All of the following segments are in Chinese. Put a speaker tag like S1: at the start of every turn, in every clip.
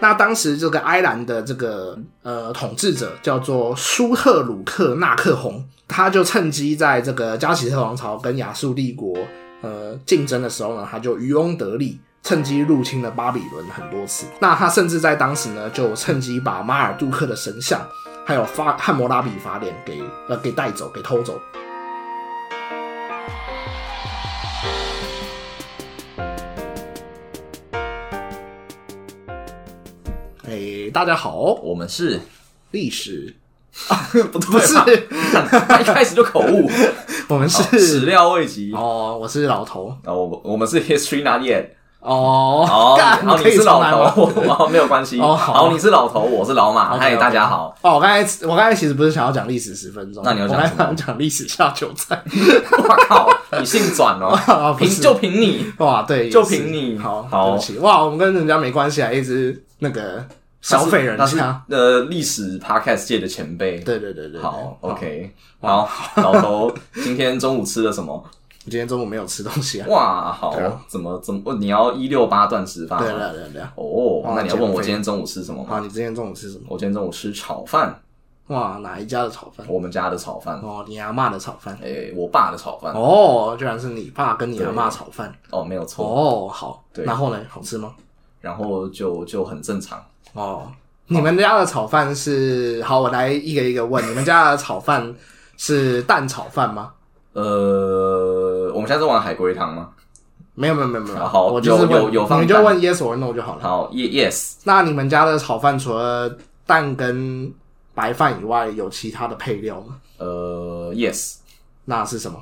S1: 那当时这个埃兰的这个呃统治者叫做舒特鲁克纳克洪，他就趁机在这个加奇特王朝跟亚述帝国呃竞争的时候呢，他就渔翁得利。趁机入侵了巴比伦很多次，那他甚至在当时呢，就趁机把马尔杜克的神像，还有法汉谟拉比法典给呃给带走，给偷走。哎、大家好，
S2: 我们是
S1: 历史
S2: 不
S1: 不是，
S2: 他一开始就口 误，
S1: 我们
S2: 好始
S1: 是
S2: 料未及。
S1: 哦，我是老头
S2: 然后我我们是 History Not Yet，
S1: 哦，
S2: 哦，
S1: 干
S2: 然后
S1: 可
S2: 你
S1: 以
S2: 是
S1: 重来
S2: 老
S1: 吗
S2: 头， 我没有关系。
S1: 哦好
S2: 好，你是老头，我是老马。
S1: OK，
S2: 嗨，
S1: OK
S2: 大家好。
S1: 哦，我刚才我刚才其实不是想要讲历史十分钟，
S2: 那你要讲
S1: 我刚
S2: 什
S1: 才
S2: 么
S1: 想讲历史下酒菜，
S2: 我靠，你姓转哦，
S1: 啊不
S2: 凭
S1: 是
S2: 就凭你，
S1: 哇，对，
S2: 就
S1: 也是
S2: 凭你
S1: 好，
S2: 好
S1: 对不起，哇，我们跟人家没关系啊，一直那个消费人
S2: 那是
S1: 家，
S2: 那是呃历史 Podcast 界的前辈。
S1: 对对对对，对
S2: 好，OK，好，老头，今天中午吃了什么？
S1: 我今天中午没有吃东西啊，
S2: 哇，好
S1: 对啊，
S2: 怎么怎么？你要一六八断食 法
S1: 对
S2: 吗？
S1: 对对对，
S2: 哦，
S1: 哇
S2: 那你要问
S1: 减
S2: 我
S1: 肥
S2: 今天中午吃什么吗？
S1: 好，你今天中午吃什么？
S2: 我今天中午吃炒饭，
S1: 哇，哪一家的炒饭？
S2: 我们家的炒饭，
S1: 哦，你阿妈的炒饭，
S2: 诶、我爸的炒饭，哦
S1: 哦，居然是你爸跟你阿妈炒饭，
S2: 没有错，
S1: 哦，好，
S2: 对
S1: 然后呢，好吃吗？
S2: 然后就就很正常。
S1: 哦，你们家的炒饭是好，我来一个一个问，你们家的炒饭是蛋炒饭吗？
S2: 呃，我们现在是玩海龟汤吗？
S1: 没有没有没有没有，
S2: 好
S1: 我就是
S2: 有有
S1: 问，
S2: 有放
S1: 你就
S2: 蛋
S1: 问 yes or no 就好了。
S2: 好，ye yes，
S1: 那你们家的炒饭除了蛋跟白饭以外，有其他的配料吗？
S2: 呃 yes，
S1: 那是什么？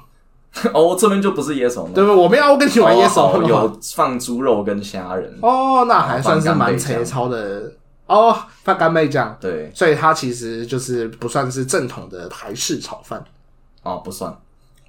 S2: 哦，这边就不是 yes or no，
S1: 对不对？我们要跟你玩 yes
S2: 哦
S1: or
S2: 好
S1: no
S2: 有放猪肉跟虾仁，
S1: 哦，那还算是蛮切超的哦，饭干贝酱，
S2: 对，
S1: 所以它其实就是不算是正统的台式炒饭。
S2: 哦不算，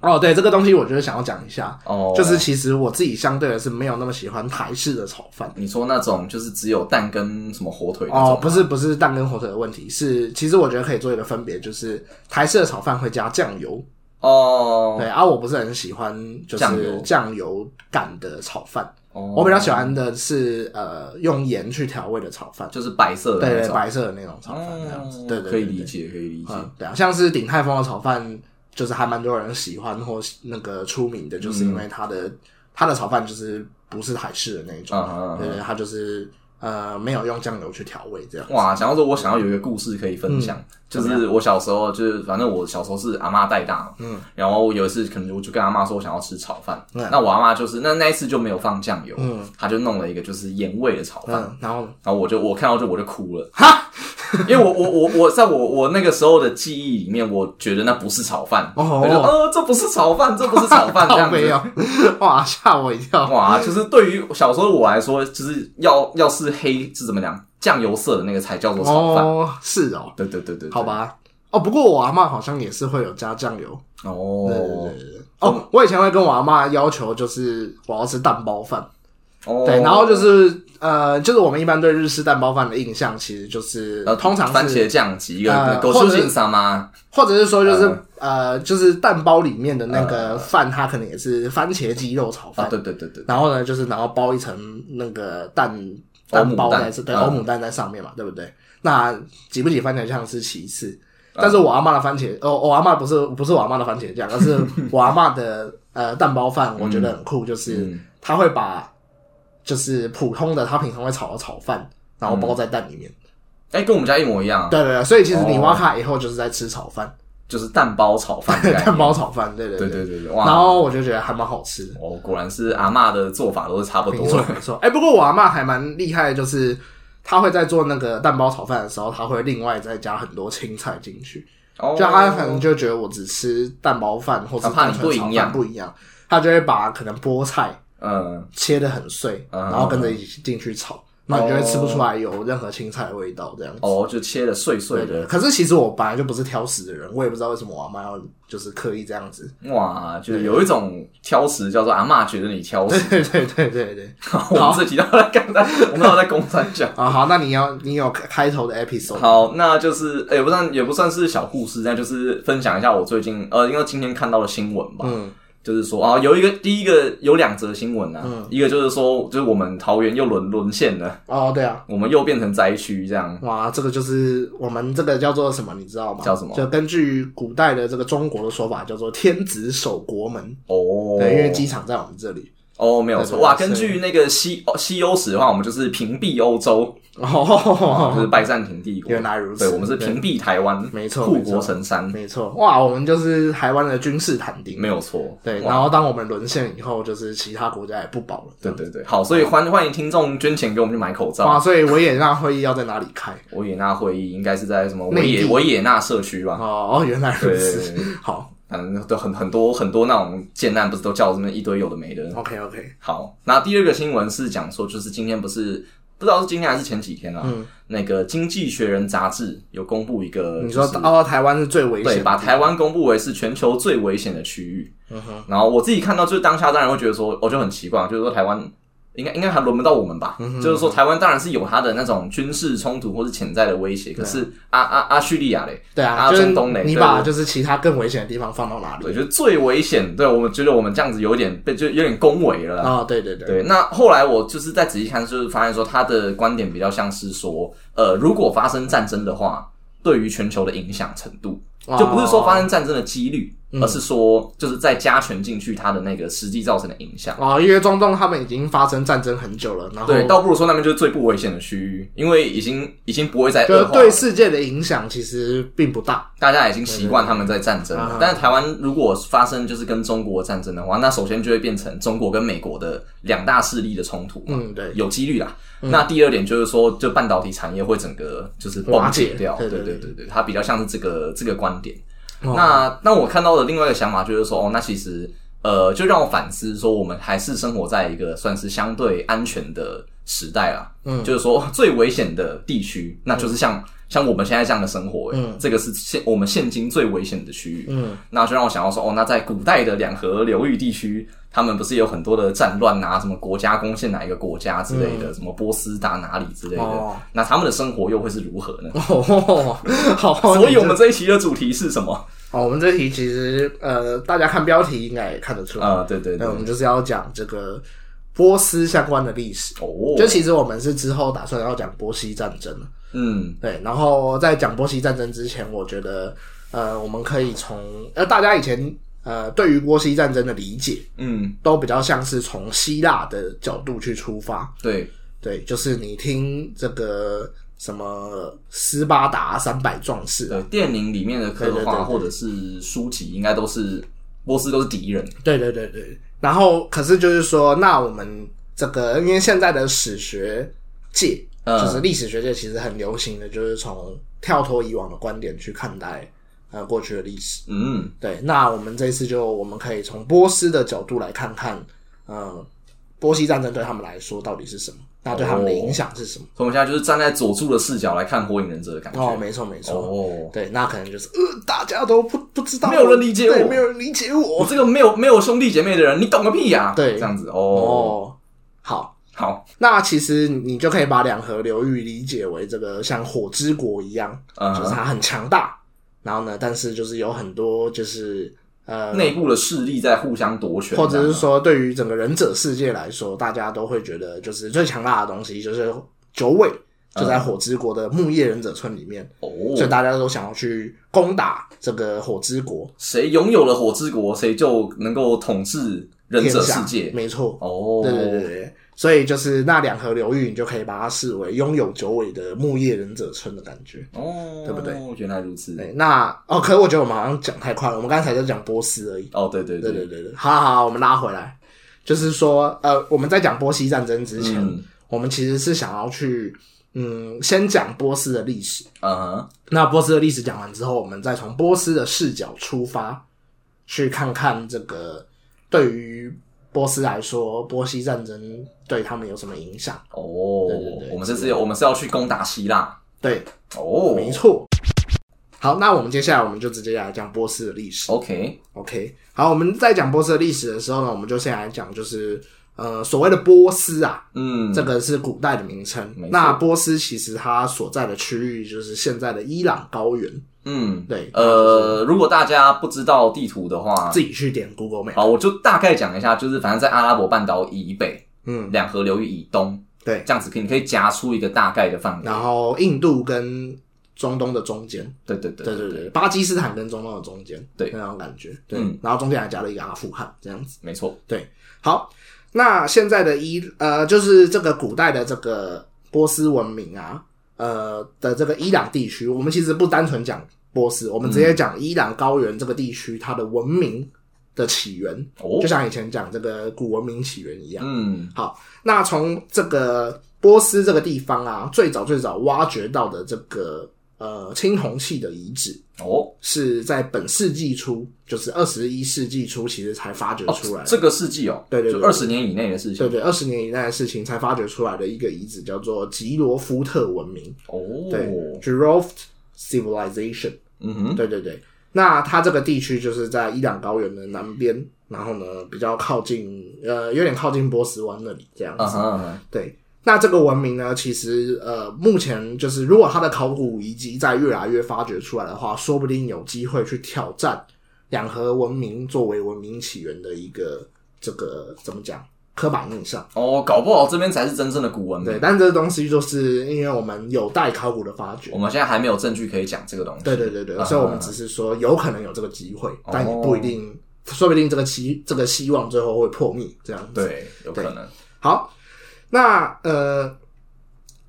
S1: 哦，对，这个东西我就是想要讲一下，
S2: 哦
S1: 就是其实我自己相对的是没有那么喜欢台式的炒饭。
S2: 你说那种就是只有蛋跟什么火腿那种
S1: 哦，不是不是蛋跟火腿的问题，是其实我觉得可以做一个分别，就是台式的炒饭会加酱油，
S2: 哦
S1: 对啊，我不是很喜欢就
S2: 酱
S1: 是
S2: 油
S1: 酱油感的炒饭，
S2: 哦，
S1: 我比较喜欢的是呃用盐去调味的炒饭，
S2: 就是白色的
S1: 对
S2: 那
S1: 对，
S2: 种，
S1: 白色的那种炒饭
S2: 哦
S1: 这样子，对对
S2: 可以
S1: 对
S2: 理
S1: 对
S2: 解，可以理解，
S1: 嗯，对啊，像是鼎泰丰的炒饭，就是还蛮多人喜欢或是那个出名的，就是因为它的它的炒饭就是不是台式的那种
S2: 嗯嗯嗯，
S1: 对对，它就是呃没有用酱油去调味这样，
S2: 哇，想要说，我想要有一个故事可以分享，
S1: 嗯
S2: 就是我小时候，就是反正我小时候是阿妈带大嘛，嗯，然后有一次可能我就跟阿妈说我想要吃炒饭，
S1: 嗯
S2: 那我阿妈就是那那一次就没有放酱油，
S1: 嗯，
S2: 她就弄了一个就是盐味的炒饭，
S1: 嗯，然后
S2: 然后我就我看到这我就哭了，哈， 因为我我我我在我我那个时候的记忆里面，我觉得那不是炒饭，
S1: 哦
S2: 我就呃这不是炒饭，这不是炒饭这
S1: 靠
S2: 样
S1: 背
S2: 子。
S1: 哦， 哇吓我一 跳，
S2: 哇，就是对于小时候的我来说，就是要要是黑是怎么讲酱油色的那个才叫做炒饭。
S1: 哦是哦，
S2: 对对对对，对
S1: 好。吧。哦，不过我阿妈好像也是会有加酱油。
S2: 哦，
S1: 对对对对。哦，我以前会跟我阿妈要求，就是我要吃蛋包饭。
S2: 哦，
S1: 对，然后就是呃，就是我们一般对日式蛋包饭的印象，其实就是
S2: 呃，
S1: 通常
S2: 番
S1: 是，
S2: 茄酱及一个
S1: 呃
S2: 那个狗
S1: 或
S2: 秀
S1: 者是
S2: 性沙吗？
S1: 或者是说就是呃，就是蛋包里面的那个饭，它可能也是番茄鸡肉炒
S2: 呃
S1: 饭。
S2: 啊，对对对对，
S1: 然后呢，就是然后包一层那个蛋
S2: 欧
S1: 蛋
S2: 姆
S1: 包
S2: 蛋
S1: 在这，对，
S2: 嗯
S1: 欧姆蛋在上面嘛，对不对？那挤不挤番茄酱是其次，
S2: 嗯
S1: 但是我阿妈的番茄，哦，我阿妈不是不是我阿妈的番茄酱，而 是我阿妈的呃蛋包饭，我觉得很酷，就是
S2: 嗯
S1: 她会把就是普通的她平常会炒的炒饭，然后包在蛋里面。
S2: 哎，跟我们家一模一样啊，
S1: 对对对，所以其实你
S2: 哦
S1: 挖卡以后就是在吃炒饭，
S2: 就是蛋包炒饭的概念，
S1: 蛋包炒饭，对对
S2: 对对对对，哇，
S1: 然后我就觉得还蛮好吃的。
S2: 哦，果然是阿嬷的做法都是差不
S1: 没
S2: 多
S1: 错
S2: 的，
S1: 没错。哎、不过我阿妈还蛮厉害的，就是她会在做那个蛋包炒饭的时候，她会另外再加很多青菜进去。
S2: 哦
S1: 就她可能就觉得我只吃蛋包饭或者
S2: 她怕你不营养
S1: 不一样，她就会把可能菠菜
S2: 嗯，
S1: 切得很碎，
S2: 嗯
S1: 然后跟着一起进去炒，那你就会吃不出来有任何青菜的味道这样子。
S2: 哦，就切的碎
S1: 对
S2: 碎
S1: 对，
S2: 的，
S1: 可是其实我本来就不是挑食的人，我也不知道为什么我阿妈要就是刻意这样子。
S2: 哇，就是有一种挑食叫做阿嬷觉得你挑食，
S1: 对对对对对，
S2: 我们这集到底在干嘛？我们到底在公山讲。
S1: 啊好，那你要你有开头的 episode
S2: 好，那就是呃也不算也不算是小故事，那就是分享一下我最近呃，因为今天看到的新闻吧。
S1: 嗯，
S2: 就是说啊，有一个第一个有两则新闻啊，一个就是说，就是我们桃园又沦沦陷了，
S1: 哦，对啊，
S2: 我们又变成灾区这样。
S1: 哇，这个就是我们这个叫做什么，你知道吗？
S2: 叫什么
S1: 就根据古代的这个中国的说法，叫做天子守国门。
S2: 哦，
S1: 对，因为机场在我们这 里。
S2: 哦，没有
S1: 对
S2: 错
S1: 对
S2: 哇！
S1: 所以
S2: 根据那个西哦西欧史的话，我们就是屏蔽欧洲，就
S1: 哦，
S2: 是拜占庭帝国。
S1: 原来如此
S2: 对，我们是屏蔽台湾，
S1: 没错
S2: 护
S1: 没错
S2: 国神山，
S1: 没错，哇，我们就是台湾的君士坦丁。
S2: 没有错。
S1: 对，
S2: 哇
S1: 然后当我们沦陷以后，就是其他国家也不保了。
S2: 对对对，好，所以欢欢迎听众捐钱给我们去买口
S1: 哇，
S2: 罩。
S1: 所以维也纳会议要在哪里开？
S2: 维也纳会议应该是在什么
S1: 内
S2: 维也
S1: 地
S2: 维也纳社区吧？
S1: 哦哦，原来如
S2: 对
S1: 此。
S2: 对对对
S1: 好
S2: 反正都很很多很多那种建案，不是都叫什么一堆有的没的。
S1: ，OK OK，
S2: 好，那第二个新闻是讲说，就是今天不是不知道是今天还是前几天啊，
S1: 嗯
S2: 那个《经济学人》杂志有公布一个，
S1: 你
S2: 就
S1: 说
S2: 是
S1: 哦，台湾是最危险
S2: 对，
S1: 的，
S2: 把台湾公布为是全球最危险的区域。
S1: 嗯
S2: 然后我自己看到，就是当下当然会觉得说，我、就很奇怪，就是说台湾应该应该还轮不到我们
S1: 嗯
S2: 吧？就是说台湾当然是有它的那种军事冲突或是潜在的威胁，可是
S1: 啊
S2: 阿阿阿叙利亚嘞，
S1: 对啊，
S2: 阿
S1: 就是
S2: 中东嘞，
S1: 你
S2: 对
S1: 把
S2: 对
S1: 就是其他更危险的地方放到哪里？
S2: 对，就是最危险。对我们觉得我们这样子有点被就有点恭维了啦。
S1: 啊，对对对，
S2: 对，那后来我就是再仔细看，就是发现说他的观点比较像是说，呃，如果发生战争的话，对于全球的影响程度，
S1: 哦嗯
S2: 就不是说发生战争的几率，而是说就是再加权进去它的那个实际造成的影响。
S1: 哦，因为中东他们已经发生战争很久了，然后
S2: 对，倒不如说那边就是最不危险的区域，因为已经已经不会再
S1: 就
S2: 恶化
S1: 对
S2: 了，
S1: 世界的影响其实并不大。
S2: 大家已经习惯他们在战争
S1: 对
S2: 了
S1: 对。
S2: 但是台湾如果发生就是跟中国战争的话，那首先就会变成中国跟美国的两大势力的冲突嘛。
S1: 嗯，对，
S2: 有几率啦。那第二点就是说，就半导体产业会整个就是崩
S1: 瓦
S2: 解
S1: 解
S2: 掉，
S1: 对
S2: 对
S1: 对
S2: 对
S1: 对
S2: 对对，它比较像是这个这个观点。
S1: 哦
S2: 那那我看到的另外一个想法就是说，哦，那其实呃，就让我反思说，我们还是生活在一个算是相对安全的时代啦。
S1: 嗯
S2: 就是说最危险的地区，那就是像。像我们现在这样的生活、欸，
S1: 嗯
S2: 这个是现我们现今最危险的区域，
S1: 嗯，
S2: 那就让我想到说，哦，那在古代的两河流域地区，他们不是有很多的战乱啊，什么国家攻陷哪一个国家之类的，什么波斯打哪里之类的，
S1: 嗯哦
S2: 那他们的生活又会是如何呢？
S1: 哦， 好，
S2: 所以我
S1: 你
S2: 们
S1: 这
S2: 这一期的主题是什么？
S1: 哦，我们这题其实呃，大家看标题应该也看得出来，
S2: 呃，对对对，
S1: 那我们就是要讲这个波斯相关的历史。
S2: 哦，
S1: 就其实我们是之后打算要讲波西战争了，
S2: 嗯，
S1: 对。然后在讲波西战争之前，我觉得呃，我们可以从呃大家以前呃对于波西战争的理解，
S2: 嗯，
S1: 都比较像是从希腊的角度去出发，
S2: 对，
S1: 对，就是你听这个什么斯巴达三百壮士啊
S2: 对，，电影里面的刻
S1: 对对对
S2: 画
S1: 对
S2: 或者是书籍，应该都是波斯都是敌人，
S1: 对对对对。然后，可是就是说，那我们这个，因为现在的史学界，
S2: 嗯
S1: 就是历史学界，其实很流行的就是从跳脱以往的观点去看待呃过去的历史。
S2: 嗯，
S1: 对，那我们这次就我们可以从波斯的角度来看看，呃，波西战争对他们来说到底是什么？那对他们的影响是什么？
S2: 所以我们现在就是站在佐助的视角来看《火影忍者》的感觉，
S1: 哦，没错没错。
S2: 哦，
S1: 对，那可能就是呃，大家都不不知道，
S2: 没有人理解
S1: 对
S2: 我
S1: 没有人理解
S2: 我
S1: 我。
S2: 这个没有没有兄弟姐妹的人，你懂个屁呀、
S1: 对
S2: 这样子哦。
S1: 哦，好，
S2: 好，
S1: 那其实你就可以把两河流域理解为这个像火之国一样，
S2: 嗯
S1: 就是它很强大，然后呢，但是就是有很多就是呃，
S2: 内部的势力在互相夺权，
S1: 或者
S2: 这
S1: 是
S2: 样啊
S1: 说对于整个忍者世界来说，大家都会觉得就是最强大的东西就是九尾，就在火之国的木叶忍者村里面，所以
S2: 嗯哦，
S1: 大家都想要去攻打这个火之国
S2: 谁拥有了火之国，谁就能够统治忍
S1: 天
S2: 者
S1: 下
S2: 世界。
S1: 没错，
S2: 哦，
S1: 对对对对。所以就是那两河流域，你就可以把它视为拥有九尾的木叶忍者村的感觉。
S2: 哦，
S1: 对不对？
S2: 原来如此。
S1: 对，那哦，可是我觉得我们好像讲太快了，我们刚才在讲波斯而已。
S2: 哦，对对
S1: 对对对对，好好好，我们拉回来，就是说，呃，我们在讲波西战争之前，
S2: 嗯
S1: 我们其实是想要去，嗯，先讲波斯的历史。
S2: 嗯哼，
S1: 那波斯的历史讲完之后，我们再从波斯的视角出发，去看看这个对于波斯来说，波西战争对他们有什么影响？
S2: 哦，
S1: 对对对
S2: 我们这次我们是要去攻打希腊。
S1: 对，
S2: 哦，
S1: 没错。好，那我们接下来我们就直接来讲波斯的历史。
S2: OK，
S1: OK，好，我们在讲波斯的历史的时候呢，我们就先来讲，就是呃，所谓的波斯啊，
S2: 嗯，
S1: 这个是古代的名称
S2: 没错。
S1: 那波斯其实它所在的区域就是现在的伊朗高原，
S2: 嗯，
S1: 对，
S2: 呃，如果大家不知道地图的话，
S1: 自己去点 Google Map。
S2: 好，我就大概讲一下，就是反正在阿拉伯半岛以北，
S1: 嗯，
S2: 两河流域以东，
S1: 对。
S2: 这样子可以你可以夹出一个大概的范围。
S1: 然后印度跟中东的中间，
S2: 对对对
S1: 对对对，巴基斯坦跟中东的中间，
S2: 对
S1: 那种感觉，对
S2: 嗯。
S1: 然后中间还夹了一个阿富汗这样子。
S2: 没错，
S1: 好，那现在的伊呃，就是这个古代的这个波斯文明啊，呃的这个伊朗地区，我们其实不单纯讲波斯，我们直接讲伊朗高原这个地区它的文明的起源，
S2: 哦
S1: 就，像以前讲这个古文明起源一样。
S2: 嗯，
S1: 那从这个波斯这个地方啊，最早最早挖掘到的这个呃青铜器的遗址，
S2: 哦，
S1: 是在本世纪初，就是二十一世纪初，其实才发掘
S2: 哦
S1: 出来的。
S2: 这个世纪哦，
S1: 对对对
S2: 就二十年以内的事情
S1: 对，对，二十年以内的事情才发掘出来的一个遗址，叫做吉罗夫特文明，
S2: 哦，
S1: 对、g i r o f t Civilization。
S2: 嗯哼，
S1: 对对对，那它这个地区就是在伊朗高原的南边，然后呢比较靠近，呃，有点靠近波斯湾那里这样
S2: 嗯
S1: 子。
S2: 哼嗯哼，
S1: 对，那这个文明呢，其实呃，目前就是如果它的考古遗迹在越来越发掘出来的话，说不定有机会去挑战两河文明作为文明起源的一个这个怎么讲刻板印象。
S2: 哦，搞不好这边才是真正的古文
S1: 对，
S2: 明，
S1: 但这个东西就是因为我们有待考古的发掘
S2: 我。们现在还没有证据可以讲这个东西，
S1: 对对对对，
S2: 嗯哦
S1: 所以我们只是说有可能有这个机会，但也不一定，说不定这个希这个希望最后会破灭这样子。
S2: 对，有可能，
S1: 好，那呃，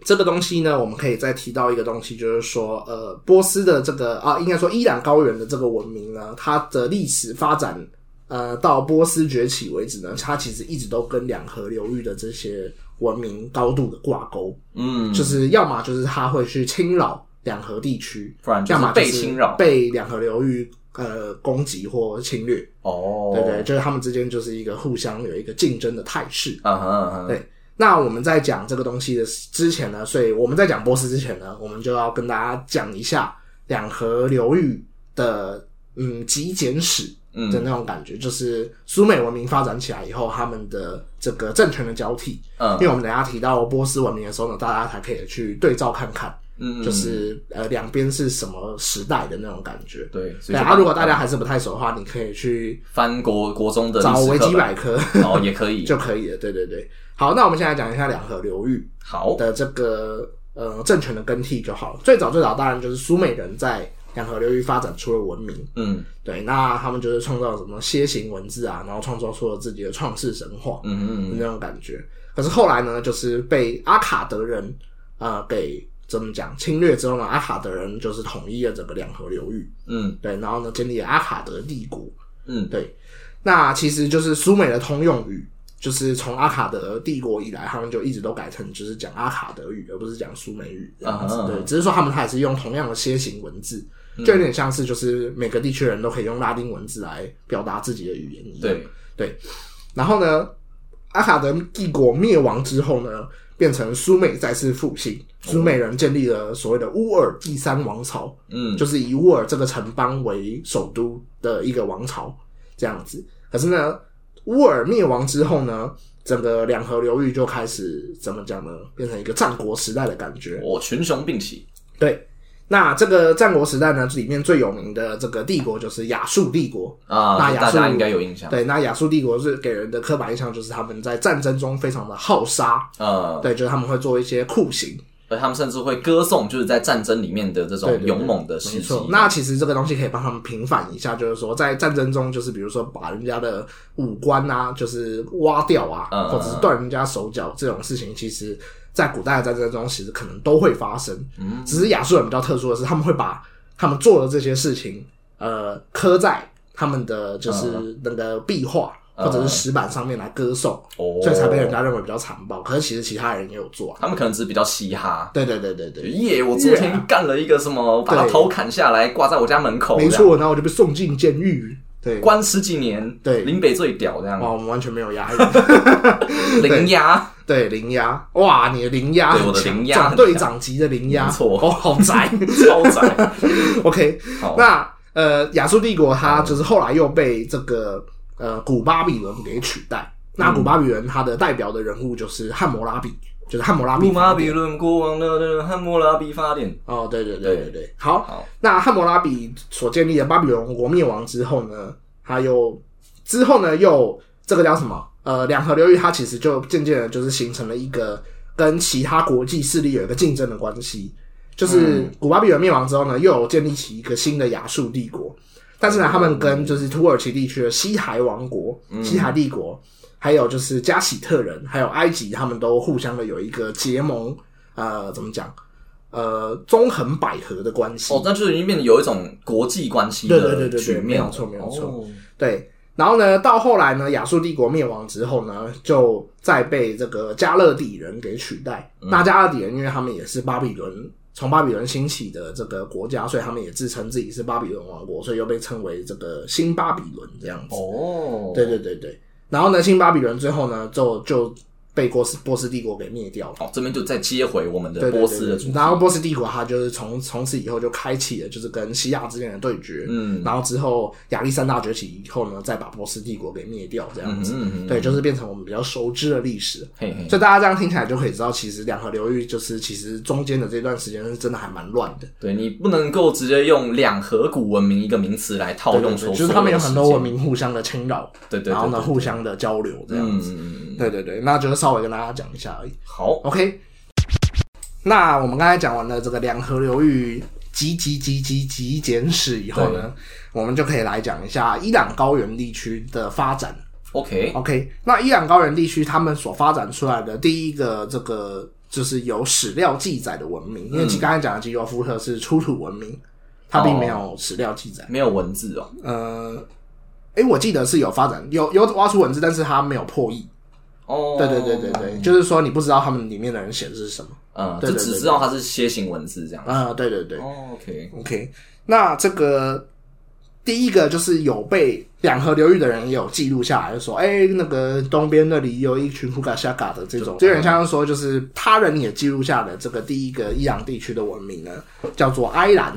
S1: 这个东西呢，我们可以再提到一个东西，就是说，呃，波斯的这个啊，应该说伊朗高原的这个文明呢，它的历史发展，呃，到波斯崛起为止呢，它其实一直都跟两河流域的这些文明高度的挂钩，
S2: 嗯，
S1: 就是要么就是它会去侵扰两河地区，
S2: 不然就
S1: 要
S2: 是
S1: 么就
S2: 被
S1: 是
S2: 侵扰，
S1: 被两河流域呃攻击或侵略，
S2: 哦，
S1: 对对，，就是他们之间就是一个互相有一个竞争的态势。
S2: 嗯哼嗯哼，
S1: 对那我们在讲这个东西的之前呢，所以我们在讲波斯之前呢，我们就要跟大家讲一下两河流域的嗯极简史的
S2: 嗯
S1: 那种感觉，就是苏美文明发展起来以后，他们的这个政权的交替。因为
S2: 嗯
S1: 我们等一下提到波斯文明的时候呢，大家才可以去对照看看，
S2: 嗯，
S1: 就是呃两边是什么时代的那种感觉。
S2: 对，
S1: 对
S2: 所以
S1: 啊，如果大家还是不太熟的话，你可以去
S2: 翻国国中的
S1: 找
S2: 历史
S1: 维
S2: 课
S1: 基百科
S2: 本，哦，也可 以，
S1: 就可以了。对对对，好，那我们现在讲一下两河流域。
S2: 好，
S1: 的这个呃政权的更替就好了。最早最早当然就是苏美人在两河流域发展出了文明，
S2: 嗯
S1: 对，那他们就是创造了什么楔形文字啊，然后创造出了自己的创世神话、
S2: 嗯嗯
S1: 那种感觉。可是后来呢，就是被阿卡德人呃给怎么讲侵略之后呢，阿卡德人就是统一了整个两河流域，
S2: 嗯
S1: 对，然后呢建立了阿卡德帝国，
S2: 嗯，
S1: 对，那其实就是苏美的通用语，就是从阿卡德帝国以来，他们就一直都改成就是讲阿卡德语，而不是讲苏美语这样子。
S2: 啊嗯
S1: 对，只是说他们还是用同样的楔形文字，就有点像是就是每个地区人都可以用拉丁文字来表达自己的语言一样。
S2: 对，
S1: 然后呢，阿卡德帝国灭亡之后呢，变成苏美再次复兴，苏美人建立了所谓的乌尔第三王朝。
S2: 嗯
S1: 就是以乌尔这个城邦为首都的一个王朝这样子。可是呢，乌尔灭亡之后呢，整个两河流域就开始怎么讲呢？变成一个战国时代的感觉。
S2: 我群雄并起，
S1: 对，那这个战国时代呢，里面最有名的这个帝国就是亚述帝国。
S2: 啊，
S1: 那
S2: 这
S1: 亚
S2: 大家
S1: 述
S2: 应该有印象，
S1: 对，那亚述帝国是给人的刻板印象就是他们在战争中非常的好杀，
S2: 呃，
S1: 对，就是他们会做一些酷刑，
S2: 而他们甚至会歌颂就是在战争里面的这
S1: 对
S2: 种
S1: 对对
S2: 勇猛的
S1: 没
S2: 事迹
S1: 错，，那其实这个东西可以帮他们平反一下，就是说在战争中，就是比如说把人家的五官啊，就是挖掉啊，
S2: 嗯
S1: 或者是断人家手脚这种事情，其实在古代的战争中，其实可能都会发生。
S2: 嗯
S1: 只是亚述人比较特殊的是，他们会把他们做的这些事情，呃，刻在他们的
S2: 嗯
S1: 就是那个壁画。或者是石板上面来歌颂，
S2: 哦，
S1: 所以才被人家认为比较残暴。可是其实其他人也有做啊。
S2: 他们可能只是比较嘻哈。
S1: 对对对对对，
S2: 耶！我昨天干了一个什么，把他
S1: 对
S2: 头砍下来挂在我家门口，
S1: 没
S2: 这样，
S1: 错。然后我就被送进监狱。对，
S2: 关十几年，
S1: 对
S2: 林北最屌这
S1: 哇，
S2: 样，
S1: 我们完全没有压力。
S2: 零压，
S1: 对，零压，哇，你的零压
S2: 对
S1: 很
S2: 我的
S1: 强
S2: 零压很
S1: 总队长级的零压，
S2: 没错
S1: 哦，好宅。
S2: 超窄。
S1: OK，
S2: 好，嗯
S1: 那呃，亚述帝国它就是后来又被这个
S2: 嗯
S1: 呃古巴比伦给取代。那古巴比伦它的代表的人物就是汉谟拉比，就是汉谟拉比
S2: 穆
S1: 法
S2: 马
S1: 典
S2: 比论国王的汉谟拉比法典，
S1: 哦，对对对对对，
S2: 好
S1: 好。那汉谟拉比所建立的巴比伦王国灭亡之后呢，他又之后呢又这个叫什么？呃，两河流域它其实就渐渐的就是形成了一个跟其他国际势力有一个竞争的关系。就是
S2: 嗯
S1: 古巴比伦灭亡之后呢，又有建立起一个新的亚述帝国，但是呢，他们跟就是土耳其地区的西海王国、西海帝国，还有就是加喜特人，还有埃及，他们都互相的有一个结盟，呃，怎么讲？呃，纵横捭阖的关系。
S2: 哦，那就已经变得有一种国际关系
S1: 对对对
S2: 的
S1: 对对
S2: 局
S1: 没
S2: 面
S1: 有
S2: 了，
S1: 错没有错
S2: 哦
S1: 对，然后呢，到后来呢，亚述帝国灭亡之后呢，就再被这个加勒底人给取代。那加勒底人，因为他们也是巴比伦从巴比伦兴起的这个国家，所以他们也自称自己是巴比伦王国，所以又被称为这个新巴比伦这样子。
S2: 哦，
S1: 对对对对，然后呢，新巴比伦最后呢，就就被波斯波斯帝国给灭掉了。
S2: 好，这边就再接回我们的
S1: 对对
S2: 波斯的
S1: 对
S2: 主
S1: 对，
S2: 题，
S1: 然后波斯帝国它就是从从此以后就开启了就是跟希腊之间的对决，
S2: 嗯
S1: 然后之后亚历山大崛起以后呢，再把波斯帝国给灭掉，这样
S2: 嗯
S1: 子，
S2: 嗯嗯，
S1: 对，就是变成我们比较熟知的历史。
S2: 嘿嘿，
S1: 所以大家这样听起来就可以知道，其实两河流域就是其实中间的这段时间是真的还蛮乱的，
S2: 对你不能够直接用两河谷文明一个名词来套
S1: 对
S2: 用
S1: 对
S2: 说，
S1: 对，就是他们有很多文，明互相的侵扰，
S2: 对对对，
S1: 然后呢
S2: 对
S1: 互相的交流这样
S2: 嗯
S1: 子，
S2: 嗯嗯嗯，
S1: 对对对，那就是稍微跟大家讲一下而已。
S2: 好，
S1: OK，那我们刚才讲完了这个两河流域极极极极极简史以后呢，我们就可以来讲一下伊朗高原地区的发展。
S2: OK，
S1: OK，那伊朗高原地区他们所发展出来的第一个这个就是有史料记载的文明，因为其实刚才讲的吉尤夫特是出土文明，它并没有史料记载。
S2: 没有文字哦，
S1: 呃，诶，我记得是有发展有有挖出文字，但是它没有破译。
S2: 哦，
S1: 对对对对对，，就是说你不知道他们里面的人写的是什么。
S2: 嗯，
S1: 对
S2: 就
S1: 对
S2: 只
S1: 对
S2: 知道它是楔形文字这样。
S1: 啊、对对对，
S2: 哦 OK，
S1: OK，那这个第一个就是有被两河流域的人也有记录下来，就说，哎、那个东边那里有一群胡嘎夏嘎的这种，就有
S2: 嗯
S1: 点像是说，就是他人也记录下的这个第一个伊朗地区的文明呢，叫做埃兰，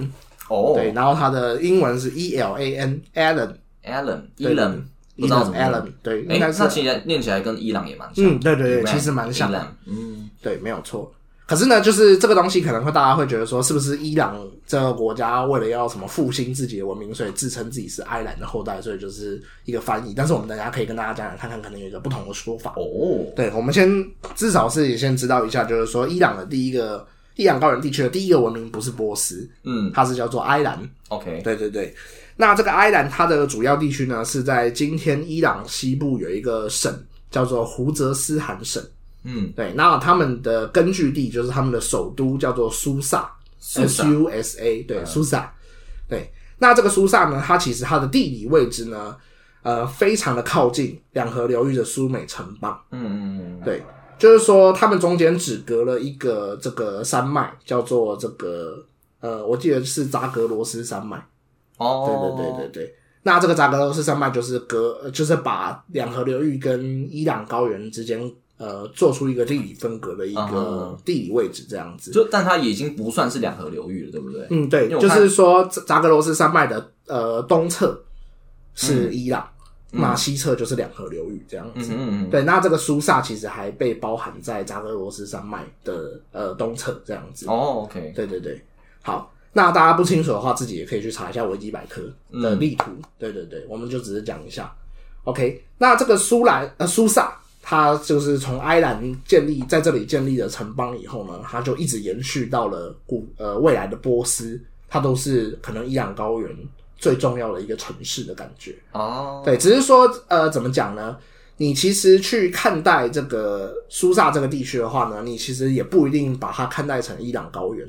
S2: 哦，
S1: 对，然后它的英文是 E L A N，Alan，
S2: ，Alan，伊
S1: 对
S2: 朗，不知道怎
S1: Alan
S2: 么念
S1: Alan，对，
S2: 哎，
S1: 应该是
S2: 那，其实念起来跟伊朗也蛮像，
S1: 嗯，对对对，
S2: Iran，
S1: 其实蛮像的，
S2: Iran，嗯，
S1: 对，没有错。可是呢，就是这个东西可能会大家会觉得说，是不是伊朗这个国家为了要什么复兴自己的文明，所以自称自己是埃兰的后代，所以就是一个翻译。但是我们等一下可以跟大家讲讲看看，可能有一个不同的说法。
S2: 哦，
S1: 对，我们先至少是也先知道一下，就是说伊朗的第一个伊朗高原地区的第一个文明不是波斯，
S2: 嗯
S1: 它是叫做埃兰。
S2: ，OK，
S1: 对对对，那这个埃兰它的主要地区呢是在今天伊朗西部有一个省叫做胡泽斯汗省。
S2: 嗯，
S1: 对，那他们的根据地就是他们的首都叫做苏萨
S2: 苏
S1: ，S
S2: 萨嗯
S1: U S A，对，苏萨。对，那这个苏萨呢，它其实它的地理位置呢，呃，非常的靠近两河流域的苏美城邦。
S2: 嗯嗯嗯，
S1: 对，就是说他们中间只隔了一个这个山脉，叫做这个呃，我记得是扎格罗斯山脉。
S2: 哦，
S1: 对对对对对。那这个扎格罗斯山脉就是隔，呃就是把两河流域跟伊朗高原之间，呃，做出一个地理分隔的一
S2: 嗯
S1: 个地理位置这样子。
S2: 就但它已经不算是两河流域了，对不对？
S1: 嗯，
S2: 因
S1: 对
S2: 为，我
S1: 就
S2: 看
S1: 是说扎扎格罗斯山脉的呃东侧是伊朗，那西侧就是两河流域这样
S2: 嗯
S1: 子。
S2: 嗯嗯，
S1: 对，那这个苏萨其实还被包含在扎格罗斯山脉的呃东侧这样子。
S2: 哦，OK，
S1: 对对对，好，那大家不清楚的话，自己也可以去查一下维基百科的例图。对对对，我们就只是讲一下。OK，那这个苏兰呃苏萨，它就是从埃兰建立在这里建立的城邦以后呢，它就一直延续到了古呃未来的波斯，它都是可能伊朗高原最重要的一个城市的感觉。
S2: 哦，
S1: 对，只是说呃，怎么讲呢？你其实去看待这个苏萨这个地区的话呢，你其实也不一定把它看待成伊朗高原，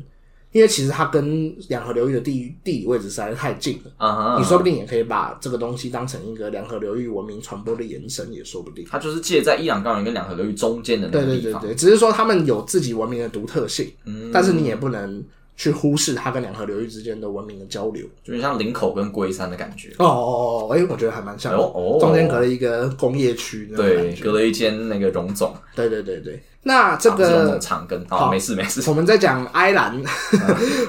S1: 因为其实它跟两河流域的地地理位置实在是太近了。
S2: 啊哈，
S1: 你说不定也可以把这个东西当成一个两河流域文明传播的延伸，也说不定。
S2: 它就是介在伊朗高原跟两河流域中间的那
S1: 对
S2: 个
S1: 对
S2: 地
S1: 对
S2: 方，
S1: 对，只是说他们有自己文明的独特性，
S2: 嗯
S1: 但是你也不能去忽视它跟两河流域之间的文明的交流。
S2: 就有点像林口跟龟山的感觉，
S1: 哦哦哦，哎、我觉得还蛮像的，
S2: 哎呦哦
S1: 中间隔了一个工业区那种
S2: 对
S1: 感，觉。
S2: 隔了一间那个荣总，
S1: 对对对对，那这
S2: 啊不是荣
S1: 个、
S2: 总长庚，好，
S1: 好
S2: 没事没事，
S1: 我们在讲埃 兰，